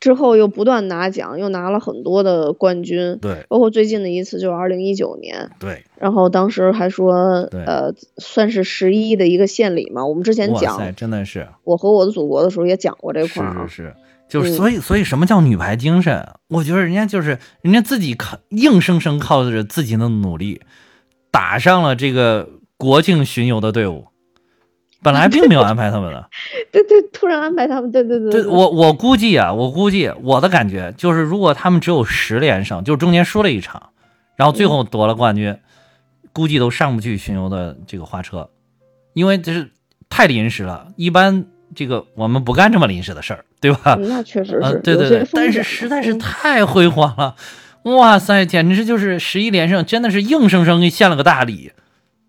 之后又不断拿奖，又拿了很多的冠军，
对
包括最近的一次就是二零一九年，
对，
然后当时还说
对
呃算是十一的一个献礼嘛，我们之前
哇塞，
讲
真的是
我和我的祖国的时候也讲过这
是
块儿啊
是，是，就是
嗯
所以所以什么叫女排精神？我觉得人家就是人家自己靠硬生生靠着自己的努力，打上了这个国庆巡游的队伍。本来并没有安排他们的，
对对，突然安排他们，对对对
对我我估计啊，我估计我的感觉就是，如果他们只有十连胜，就是中间输了一场，然
嗯
后最后夺了冠军，估计都上不去巡游的这个花车，因为这是太临时了。一般这个我们不干这么临时的事儿，对吧？
嗯那确实
啊、
是，
对
有
对
些
对，
风
但是
险
实
嘛
在是
嗯
太辉煌了，哇塞，简直就是十一连胜，真的是硬生生给献了个大礼。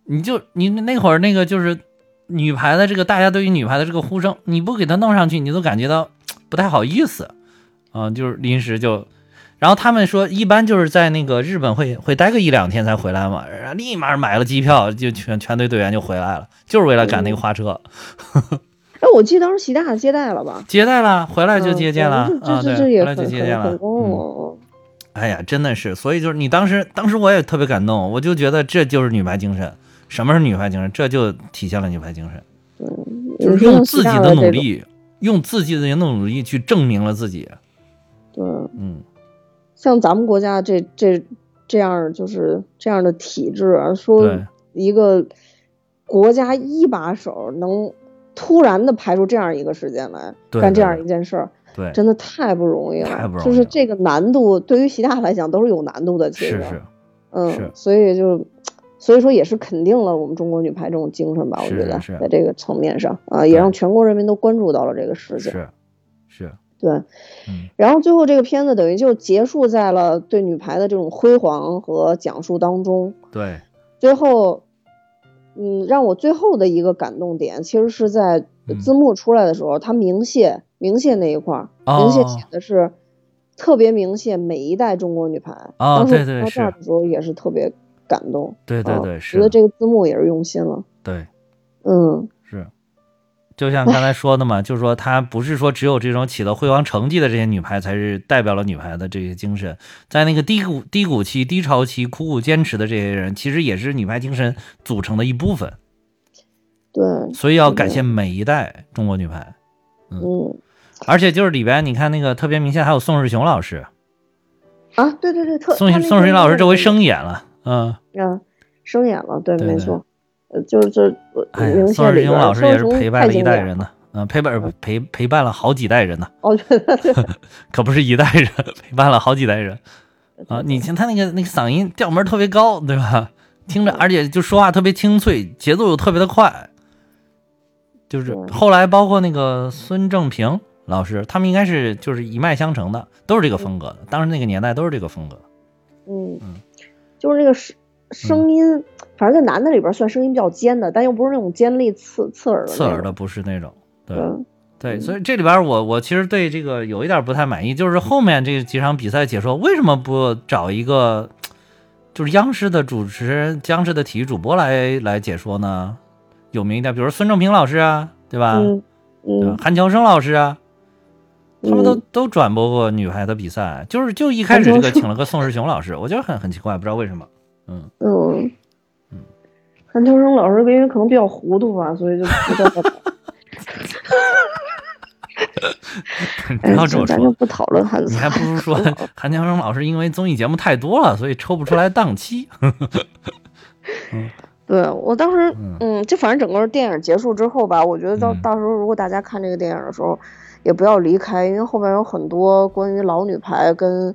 你就你那会儿那个就是女排的这个大家对于女排的这个呼声，你不给她弄上去，你都感觉到不太好意思啊、就是临时就。然后他们说，一般就是在那个日本会会待个一两天才回来嘛，然后立马买了机票，就全全队队员就回来了，就是为了赶那
嗯
个花车，
哎，我记得当时习大接待了吧？
接待了，回来
那
就接见了啊，
嗯这
对，
这这也
回来
很
就
很
接见了
很，公
嗯
哦。
哎呀，真的是，所以就是你当时，当时我也特别感动，我就觉得这就是女排精神。什么是女排精神？这就体现了女排精神，
有
嗯就是
时候
用
嗯像
自己
习大
的
这
努
种，
力，用自己的努力去证明了自己。
对，
嗯，
像咱们国家这这这样儿就是这样的体制啊，说
对
一个国家一把手能突然的排出这样一个时间来
对
干这
对
样
对
一件事儿，
对，
真的太不容易了。
太不容
就
易
是
了
这个难度对于习大来讲都是有难度的，其实
是是是
嗯，所以就。所以说，也是肯定了我们中国女排这种精神吧，我
是
觉
是
得
是
在这个层面上啊，也让全国人民都关注到了这个事情。
是是，
对，
嗯
然后最后这个片子等于就结束在了对女排的这种辉煌和讲述当中。
对，
最后，嗯，让我最后的一个感动点，其实是在
嗯
字幕出来的时候，它明谢明谢那一块儿，
哦
明谢写的是特别明谢每一代中国女排。
哦
当时
对对
我看到
是
这儿的时候也是特别感动。
对对
啊
对是
觉得
的
这个字幕也是用心了。
对
嗯，
是。就像刚才说的嘛，就是说她不是说只有这种取得辉煌成绩的这些女排才是代表了女排的这些精神，在那个低谷低谷期、低潮期苦苦坚持的这些人，其实也是女排精神组成的一部分。
对，
所以要感谢每一代中国女排，
嗯
而且就是里边你看那个特别明显，还有宋世雄老师，
啊，对对对，特
宋
他那
宋世
天
雄老师
那
这回
个
生演了，嗯，
啊，生演了，对，
对
没
对
错，呃，就是就是
哎呀
明
宋
谢
世
里
雄
边儿，
老师
宋
也是
世雄
陪
太
伴了一
经
代
典
人
了，
呢，嗯，陪伴陪陪伴了好几代人呢，
我觉得对
可不是一代人， 陪伴了好几代人 啊！你听他那个那个嗓音调门儿特别高，对吧？听着，而且就说话特别清脆，节奏又特别的快，就是
对
后来包括那个孙正平老师，他们应该是就是一脉相承的，都是这个风格的，当时那个年代都是这个风格。
嗯
嗯，
就是那个声声音，反正在男的里边儿算声音比较尖的，但又不是那种尖利刺刺耳的，
刺耳的，不是那种。对
嗯
对，所以这里边我我其实对这个有一点不太满意，就是后面这几场比赛解说为什么不找一个就是央视的主持人、央视的体育主播来来解说呢？有名一点，比如孙正平老师啊，对吧？
嗯
对吧
嗯，
韩乔生老师啊，他们都都转播过女排的比赛，就是就一开始这个请了个宋世雄老师，我觉得很很奇怪，不知道为什么。嗯，
嗯，韩秋生老师因为可能比较糊涂吧，所以就不 在这儿
不要这么
哎咱就
说，
不讨论韩
你还。
赛
不如 说韩强生老师因为综艺节目太多了，所以抽不出来档期。
对我当时
嗯，
嗯，就反正整个电影结束之后吧，我觉得到
嗯
到时候如果大家看这个电影的时候，也不要离开，因为后面有很多关于老女排跟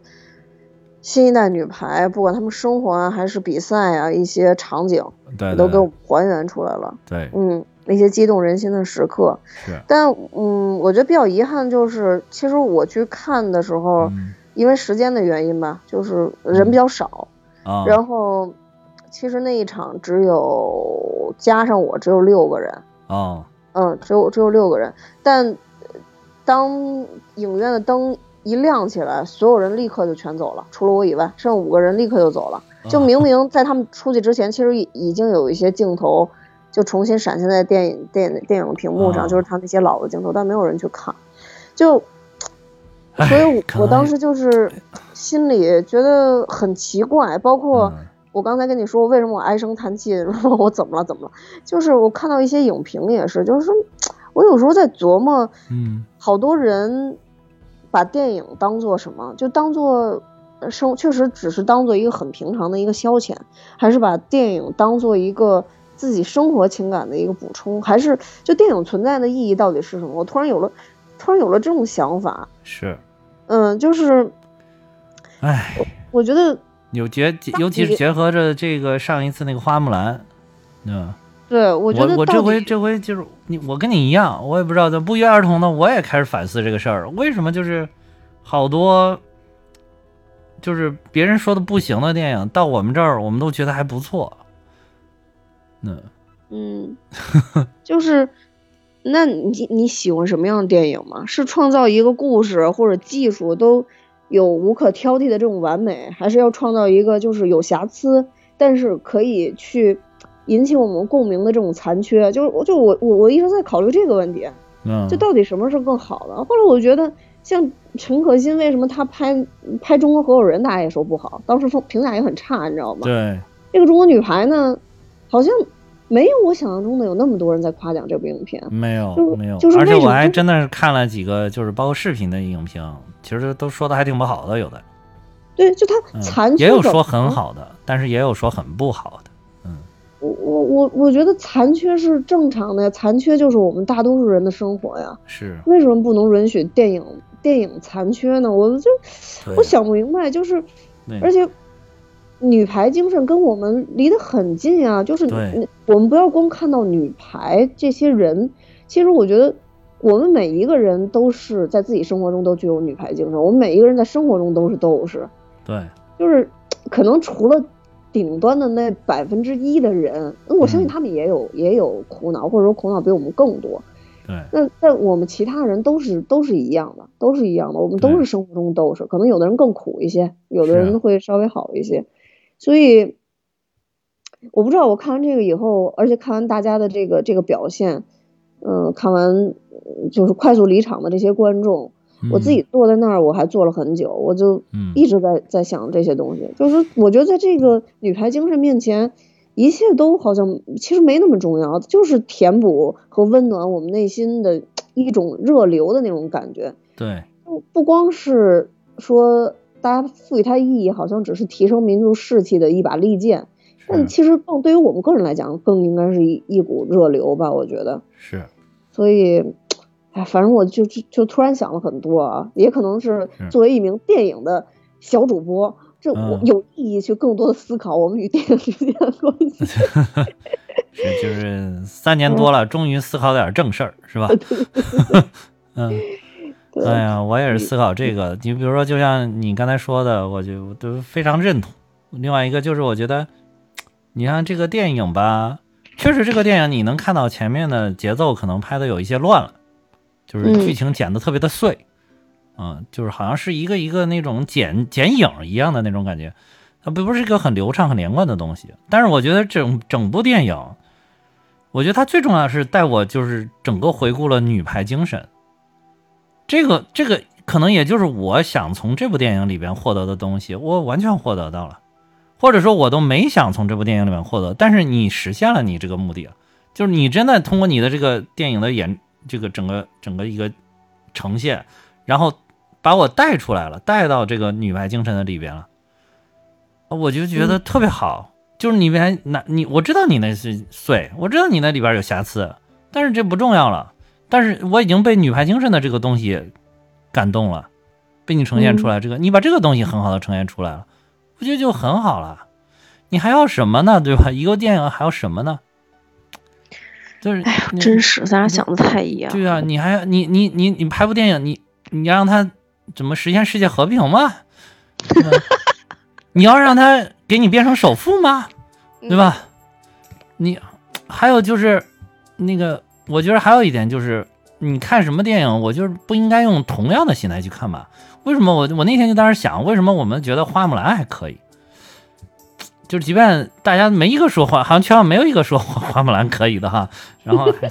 新一代女排，不管他们生活啊还是比赛啊，一些场景
对
也
对
都给我
对
们还原出来了。
对，
嗯，一些激动人心的时刻。
是，
但嗯，我觉得比较遗憾就是，其实我去看的时候，
嗯
因为时间的原因吧，就是人比较少，
啊，
然后其实那一场只有加上我只有六个人，
哦，
嗯，只有只有六个人。但呃当影院的灯一亮起来，所有人立刻就全走了，除了我以外，剩五个人立刻就走了。就
啊
明明在他们出去之前，其实已已经有一些镜头就重新闪现在电影电影电影屏幕上，
啊
就是他那些老的镜头，但没有人去看，就
唉
所以我
哎可
我
能
当时就是心里觉得很奇怪，包括
嗯
我刚才跟你说为什么我唉声叹气， 说我怎么了怎么了，就是我看到一些影评也是，就是说我有时候在琢磨，
嗯
好多人把电影当做什么，就当做呃生，确实只是当做一个很平常的一个消遣，还是把电影当做一个自己生活情感的一个补充，还是就电影存在的意义到底是什么？我突然有了，突然有了这种想法，
是，
嗯，就是
唉，
我觉得
有结，尤其是结合着这个上一次那个花木兰，嗯，
对，我觉
我
得
我
到
这回
底
这回就是你，我跟你一样，我也不知道，怎么不约而同的，我也开始反思这个事儿，为什么就是好多就是别人说的不行的电影，到我们这儿我们都觉得还不错，嗯，
嗯，就是，那你你喜欢什么样的电影吗？是创造一个故事或者技术都有无可挑剔的这种完美，还是要创造一个就是有瑕疵，但是可以去引起我们共鸣的这种残缺？就是我就我我我一直在考虑这个问题，
嗯
就到底什么是更好的？后来我觉得。像陈可辛，为什么他拍拍《中国合伙人》，大家也说不好，当时风评价也很差，你知道吗？
对，
这个中国女排呢，好像没有我想象中的有那么多人在夸奖这部影片。
没有
就是
没有，
就是
而且
为什
我
么
还
就是
真的是看了几个，就是包括视频的影评，其实都说的还挺不好的，有的。
对，就它
嗯
残缺、嗯
也有说很。好的，但是也有说很不好的。
我我我我觉得残缺是正常的呀，残缺就是我们大多数人的生活呀。
是，
为什么不能允许电影电影残缺呢？我就
对
我想不明白，就是
对
而且女排精神跟我们离得很近啊，就是
对
你我们不要光看到女排这些人，其实我觉得我们每一个人都是在自己生活中都具有女排精神，我们每一个人在生活中都是斗士，
对
就是可能除了。顶端的那百分之一的人，那我相信
嗯
他们也有、也有苦恼，或者说苦恼比我们更多。
对
那但我们其他人都是都是一样的，都是一样的，我们都
对
是生活中都是，可能有的人更苦一些，有的
是啊
人会稍微好一些，所以我不知道我看完这个以后，而且看完大家的这个这个表现，嗯、看完呃就是快速离场的这些观众，我自己坐在那儿我还坐了很久，我就
嗯
一直在在想这些东西，就是我觉得在这个女排精神面前，一切都好像其实没那么重要，就是填补和温暖我们内心的一种热流的那种感觉，
嗯对
不不光是说大家赋予它意义，好像只是提升民族士气的一把利剑，但
是
其实更对于我们个人来讲，更应该是一一股热流吧，我觉得。
是
所以，哎，反正我就就就突然想了很多啊，也可能是
是
作为一名电影的小主播，这我
嗯
有意义去更多的思考我们与电影之间的关 系。
是，就是三年多
嗯
了，终于思考点正事儿，是吧？嗯，
对，嗯
哎呀，我也是思考这个。你比如说，就像你刚才说的，我就我都非常认同。另外一个就是，我觉得，你看这个电影吧，确实这个电影你能看到前面的节奏可能拍的有一些乱了，就是
嗯
剧情剪的特别的碎，嗯就是好像是一个一个那种剪剪影一样的那种感觉，它并不是一个很流畅、很连贯的东西。但是我觉得整整部电影，我觉得它最重要的是带我就是整个回顾了女排精神。这个这个可能也就是我想从这部电影里边获得的东西，我完全获得到了，或者说我都没想从这部电影里面获得，但是你实现了你这个目的了，就是你真的通过你的这个电影的演这个整个整个一个呈现，然后把我带出来了，带到这个女排精神的里边了，我就觉得特别好。就是你别拿你，我知道你那是碎，我知道你那里边有瑕疵，但是这不重要了。但是我已经被女排精神的这个东西感动了，被你呈现出来这个，你把这个东西很好的呈现出来了，我觉得就很好了。你还要什么呢？对吧？一 个电影还要什么呢？就是
哎呀，
你
真是咱俩想的太一样。
对啊，你还你你你你拍部电影，你你让他怎么实现世界和平吗？对 吧你要让他给你变成首富吗？
嗯
对吧？你还有就是那个，我觉得还有一点就是，你看什么电影，我就是不应该用同样的心态去看吧？为什么我我那天就当时想，为什么我们觉得花木兰还可以？就是即便大家没一个说花，好像圈外没有一个说花花木兰可以的哈。然后还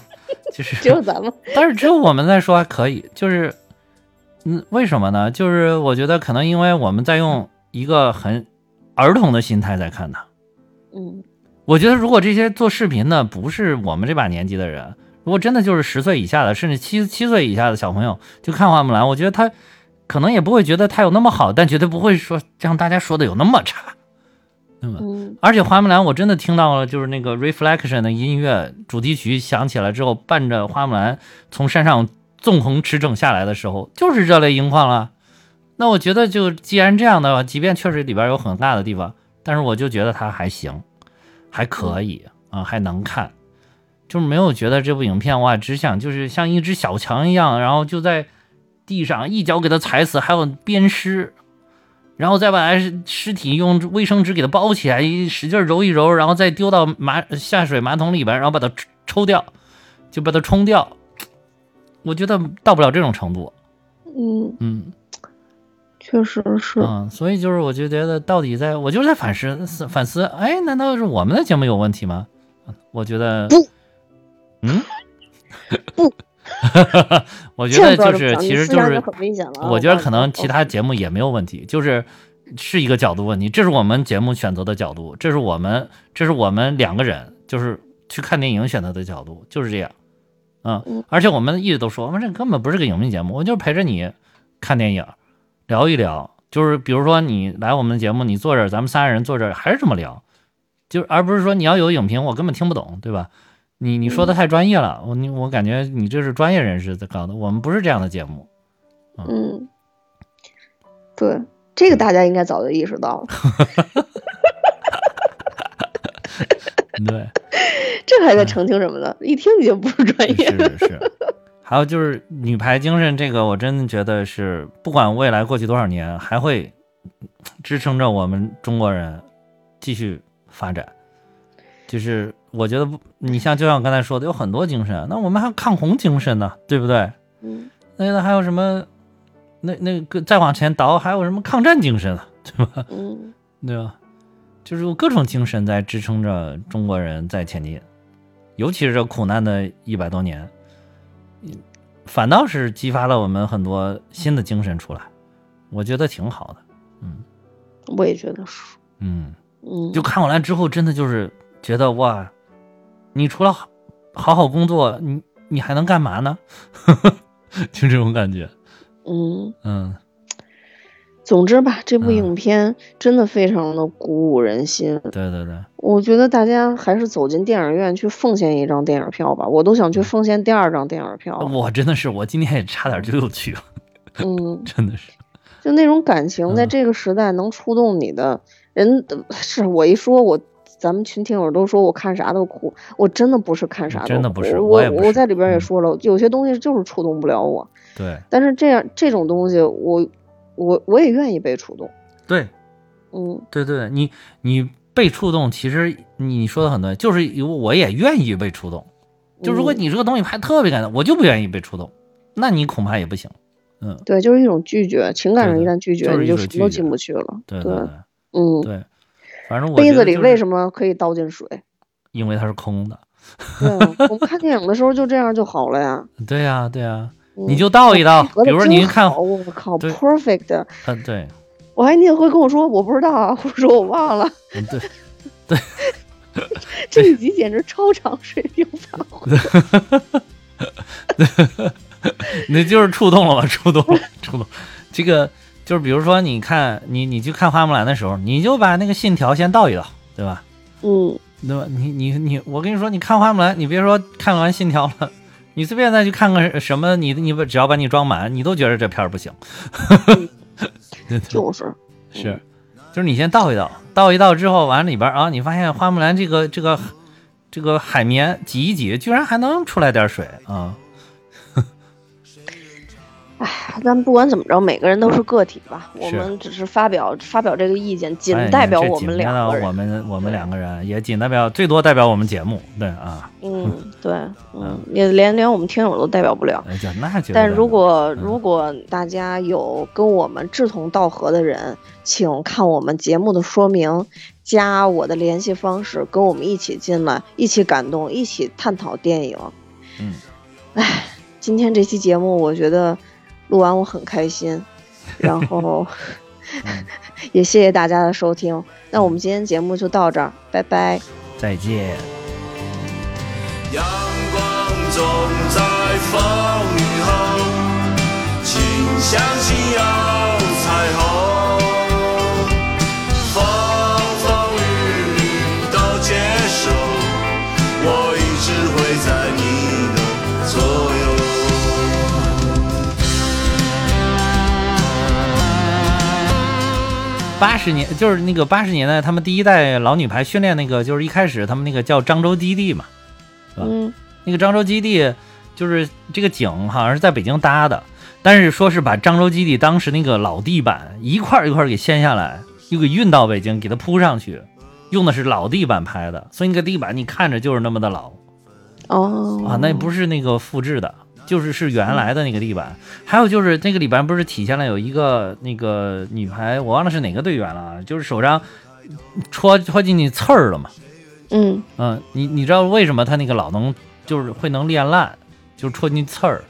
就是
只有咱们，
但是只有我们在说还可以，就是，嗯，为什么呢？就是我觉得可能因为我们在用一个很儿童的心态在看它。
嗯，
我觉得如果这些做视频的不是我们这把年纪的人，如果真的就是十岁以下的，甚至七七岁以下的小朋友就看花木兰，我觉得他可能也不会觉得他有那么好，但绝对不会说让大家说的有那么差，对吧？
嗯，
而且花木兰，我真的听到了，就是那个 Reflection 的音乐主题曲响起来之后，伴着花木兰从山上纵横驰骋下来的时候，就是热泪盈眶了。啊那我觉得，就既然这样的话，即便确实里边有很大的地方，但是我就觉得它还行，还可以啊、还能看，就是没有觉得这部影片哇，只想就是像一只小强一样，然后就在地上一脚给它踩死，还有鞭尸，然后再把尸体用卫生纸给它包起来，一使劲揉一揉，然后再丢到马下水马桶里边，然后把它抽抽掉，就把它冲掉。我觉得到不了这种程度，
嗯，
嗯
确实是。
嗯，所以就是我就觉得到底在我就是在反思反思，哎，难道是我们的节目有问题吗？我觉得
不，
嗯，
不，
我觉
这
得
不要
就是
这么想
其
你
实
思
就
想
是
很危险了啊。
我觉得可能其
他。
他节目也没有问题，就是是一个角度问题，这是我们节目选择的角度，这是我们这是我们两个人就是去看电影选择的角度，就是这样，嗯
嗯，
而且我们一直都说，我们这根本不是个影评节目，我就是陪着你看电影，聊一聊，就是比如说你来我们的节目，你坐这儿，咱们仨人坐这儿还是这么聊，就是而不是说你要有影评，我根本听不懂，对吧？你你说
嗯
的太专业了，我你我感觉你这是专业人士在搞的，我们不是这样的节目，
嗯，对，这个大家应该早就意 识到了，
对。
这还在澄清什么呢？一听你就不是专业。
嗯是是， 还有就是女排精神，这个我真的觉得是，不管未来过去多少年，还会支撑着我们中国人继续发展。就是我觉得不，你像就像我刚才说的，有很多精神，啊那我们还有抗洪精神呢，对不对？
嗯
那还有什么？那那个再往前倒，还有什么抗战精神啊，对吧？
嗯
对吧？就是有各种精神在支撑着中国人在前进，尤其是这苦难的一百多年，反倒是激发了我们很多新的精神出来，我觉得挺好的。
我也觉得是。
嗯，
嗯，
就看完之后，真的就是觉得哇，你除了好好好工作，你你还能干嘛呢？ 就这种感觉。
嗯，
嗯，
总之吧，这
嗯
部影片真的非常的鼓舞人心。
对对对，
我觉得大家还是走进电影院去奉献一张电影票吧，我都
嗯
想去奉献第二张电影票了。
我真的是，我今天也差点就又去了，
嗯，
真的是。
就那种感情，在
嗯
这个时代能触动你的人，呃是我一说我。咱们群听友都说我看啥都哭，我真的不是看啥都哭，
真的不是我
我
也不是
我在里边也
嗯
说了，有些东西就是触动不了我，
对
但是这样这种东西我，我我也愿意被触动，
对，
嗯
对对，你你被触动，其实你说的很对，就是有我也愿意被触动。就如果
嗯
你这个东西拍特别感动，我就不愿意被触动，那你恐怕也不行。嗯，
对，就是一种拒绝，情感上
对
一
的
旦拒绝，
就是
你
一种拒
就什么都
绝
进不去了，
对
对
对，
嗯，
对，反正我
杯子里为
么？
什么可以倒 进水？
因为它是空的。
对啊，我们看电影的时候就这样就好了呀，
对呀、对呀、
嗯
你就倒一倒，比如说您看，
我靠
对
，perfect！
嗯，对，
我还你会跟我说我不知道啊，或者说我 忘了，
嗯对，
这一集简直超常水平发挥。
那就是触动了吧？触动了，触动。这个就是，比如说，你看你你去看花木兰的时候，你就把那个信条先倒一倒，对吧？
嗯，
对吧？你你你，我跟你说，你看花木兰，你别说看完信条了，你随便再去看个什么，你你只要把你装满，你都觉得这片儿不行。对对
嗯就是，
是，就是你先倒一倒，倒一倒之后，完了里边儿啊，你发现花木兰这个这个这个海绵挤一挤，居然还能出来点水啊！
哎，咱不管怎么着，每个人都是个体吧，我
是
们只是发表发表这个意见，仅
哎你
代表
这
我
仅
们
代
两
表
个
我
人。
们我们
对
两个人也仅代表最多代表我们节目，对啊，
嗯，对，嗯，也连连我们听友都代表不了。
哎就那就
但如果
嗯
如果大家有跟我们志同道合的人，请看我们节目的说明，加我的联系方式，跟我们一起进来，一起感动，一起探讨电影。
嗯，
唉，今天这期节目我觉得录完我很开心，然后
嗯
也谢谢大家的收听。那我们今天节目就到这儿，拜拜。
再见。
阳光总在风雨后，请相信有彩虹。风风雨雨都结束，我一直会在你的左右。
八十年就是那个八十年代，他们第一代老女排训练那个，就是一开始他们那个叫漳州基地嘛，吧
嗯，
那个漳州基地就是这个井好像是在北京搭的，但是说是把漳州基地当时那个老地板一块儿一块儿给掀下来，又给运到北京，给它铺上去，用的是老地板拍的，所以那个地板你看着就是那么的老
哦
啊，那不
是
是那个复制的。就是是原来的那个地板，还有就是那个里边不是体现了有一个那个女排，我忘了是哪个队员了啊，就是手上戳戳进去刺儿了嘛，
嗯
嗯，你你知道为什么他那个老能就是会能练烂，就是戳进刺儿，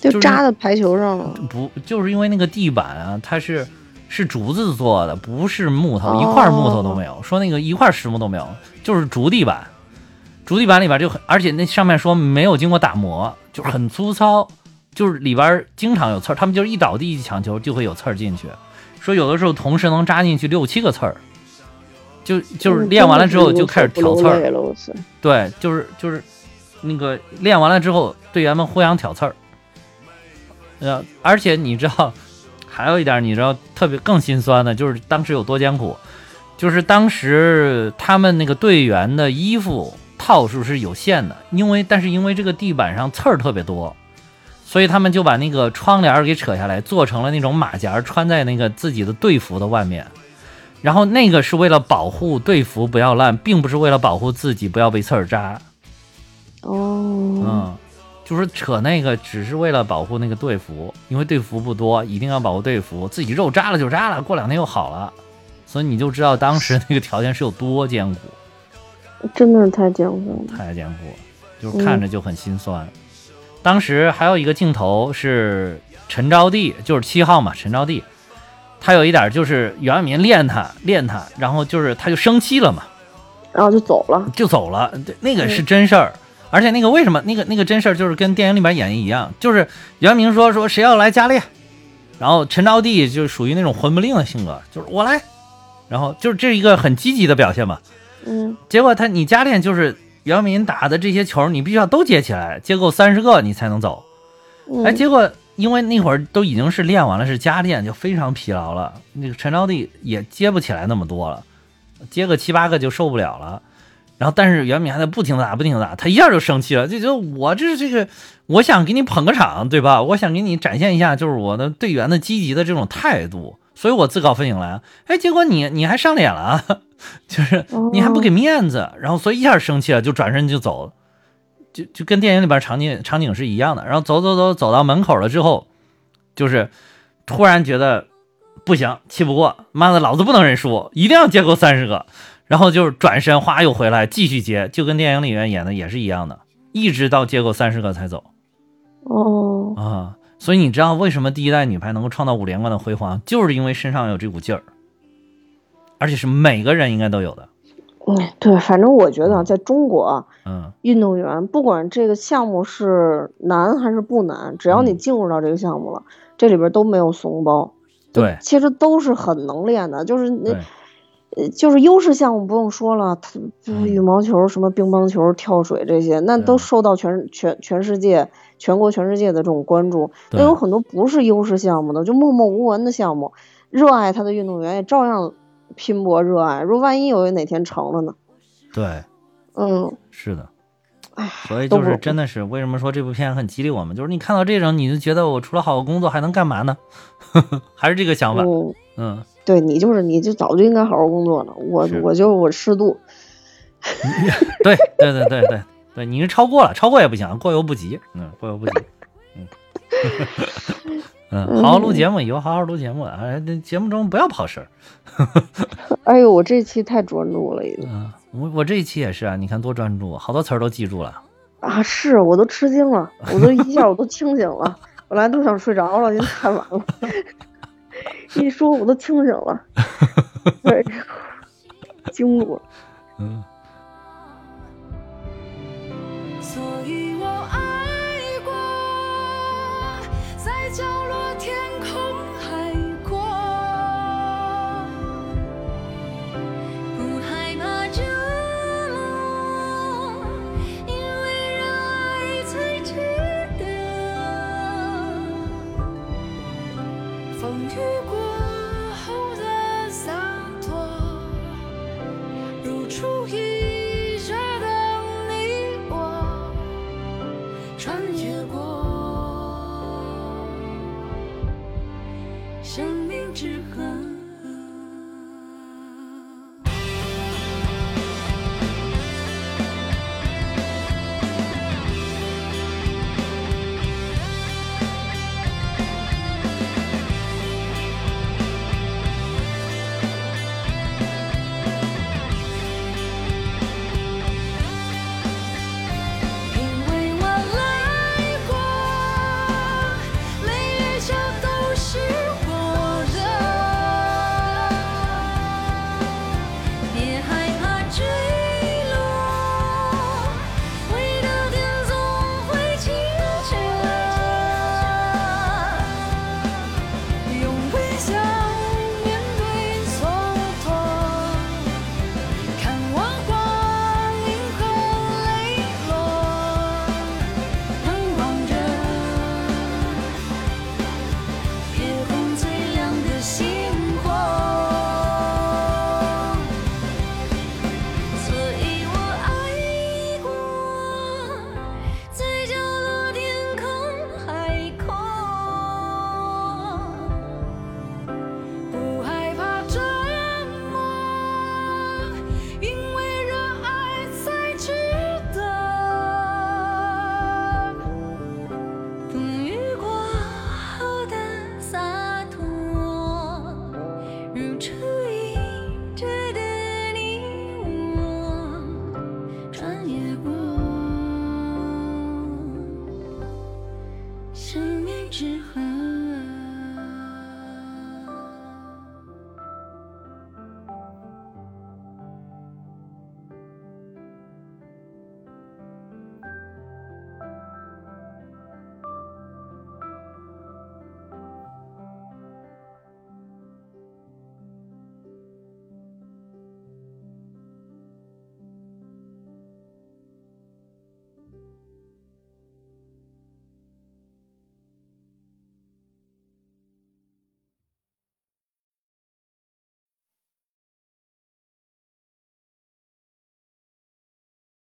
就
就是
扎在排球上了。
不就是因为那个地板啊，它是是竹子做的，不是木头，一块木头都没有。说那个一块石木都没有，就是竹地板，竹地板里边就很，而且那上面说没有经过打磨，就是很粗糙，就是里边经常有刺儿，他们就是一倒地一抢球就会有刺儿进去，说有的时候同时能扎进去六七个刺儿。就就是
嗯
练完了之后
真的
就是开始
无
挑
所
刺
不
儿
流，泪了，我操！
对，就是就是那个练完了之后，队员们互相挑刺儿。呃，而且你知道，还有一点你知道特别更心酸的，就是当时有多艰苦，就是当时他们那个队员的衣服套数是有限的，因为但是因为这个地板上刺儿特别多，所以他们就把那个窗帘儿给扯下来，做成了那种马甲，穿在那个自己的队服的外面。然后那个是为了保护队服不要烂，并不是为了保护自己不要被刺儿扎。
哦，
嗯，就是扯那个只是为了保护那个队服，因为队服不多，一定要保护队服。自己肉扎了就扎了，过两天又好了，所以你就知道当时那个条件是有多艰苦，
真的是太艰苦了。
太艰苦了，就是看着就很心酸。当时还有一个镜头是陈招娣，就是七号嘛，陈招娣，他有一点就是袁晓明练他练他，然后就是他就生气了嘛。
然后就走了。
就走了。对，那个是真事儿，而且那个为什么那个那个真事儿就是跟电影里边演绎一样，就是袁明说说谁要来加练，然后陈招娣就属于那种混不吝的性格，就是我来，然后就是这一个很积极的表现嘛。
嗯，
结果他你加练就是姚明打的这些球，你必须要都接起来，接够三十个你才能走。
嗯
哎，结果因为那会儿都已经是练完了，是加练，就非常疲劳了。那个陈招娣也接不起来那么多了，接个七八个就受不了了。然后，但是袁敏还在不停的打，不停的打，他一下就生气了，就觉得我这是这个，我想给你捧个场，对吧？我想给你展现一下，就是我的队员的积极的这种态度，所以我自告奋勇来啊。哎，结果你你还上脸了啊， 就是你还不给面子，然后所以一下生气了，就转身就走了。就就跟电影里边场景场景是一样的。然后走走走走到门口了之后，就是突然觉得不行，气不过，妈的，老子不能认输，一定要接够三十个。然后就是转身，哗又回来继续接，就跟电影里面演的也是一样的，一直到接够三十个才走
哦，
啊。所以你知道为什么第一代女排能够创造五连冠的辉煌，就是因为身上有这股劲儿，而且是每个人应该都有的。
嗯，对，反正我觉得啊在中国啊，
嗯，
运动员不管这个项目是难还是不难，只要你
嗯
进入到这个项目了，这里边都没有怂包。
对
其实都是很能练的，就是那
对，
呃就是优势项目不用说了，它就是
嗯
羽毛球、什么乒乓球、跳水这些，那
对
都受到全全全世界、全国、全世界的这种关注。
对
那有很多不是优势项目的，就默默无闻的项目，热爱他的运动员也照样拼搏热爱。如果万一有哪天成了呢？
对，
嗯，
是的
唉。
所以
哎都
就
不
是
容
真的是为什么说这部片很激励我们，就是你看到这种，你就觉得我除了好好工作还能干嘛 呢？还是这个想法。
嗯，
嗯，
对你就是你就早就应该好好工作了，我
是
我就我适度，
对对对对对对，你是超过了，超过也不行，过犹不及。嗯，过犹不及。 嗯，嗯，好好录节目，以后好好录节目。哎，这节目中不要跑神儿。
哎呦，我这期太专注了，已经
嗯，我我这一期也是啊，你看多专注，好多词儿都记住了。
啊，是我都吃惊了，我都一下我都清醒了，本来都想睡着了，因为太晚了， 一说我都清醒了， 对， 惊住了。
嗯。
所以我爱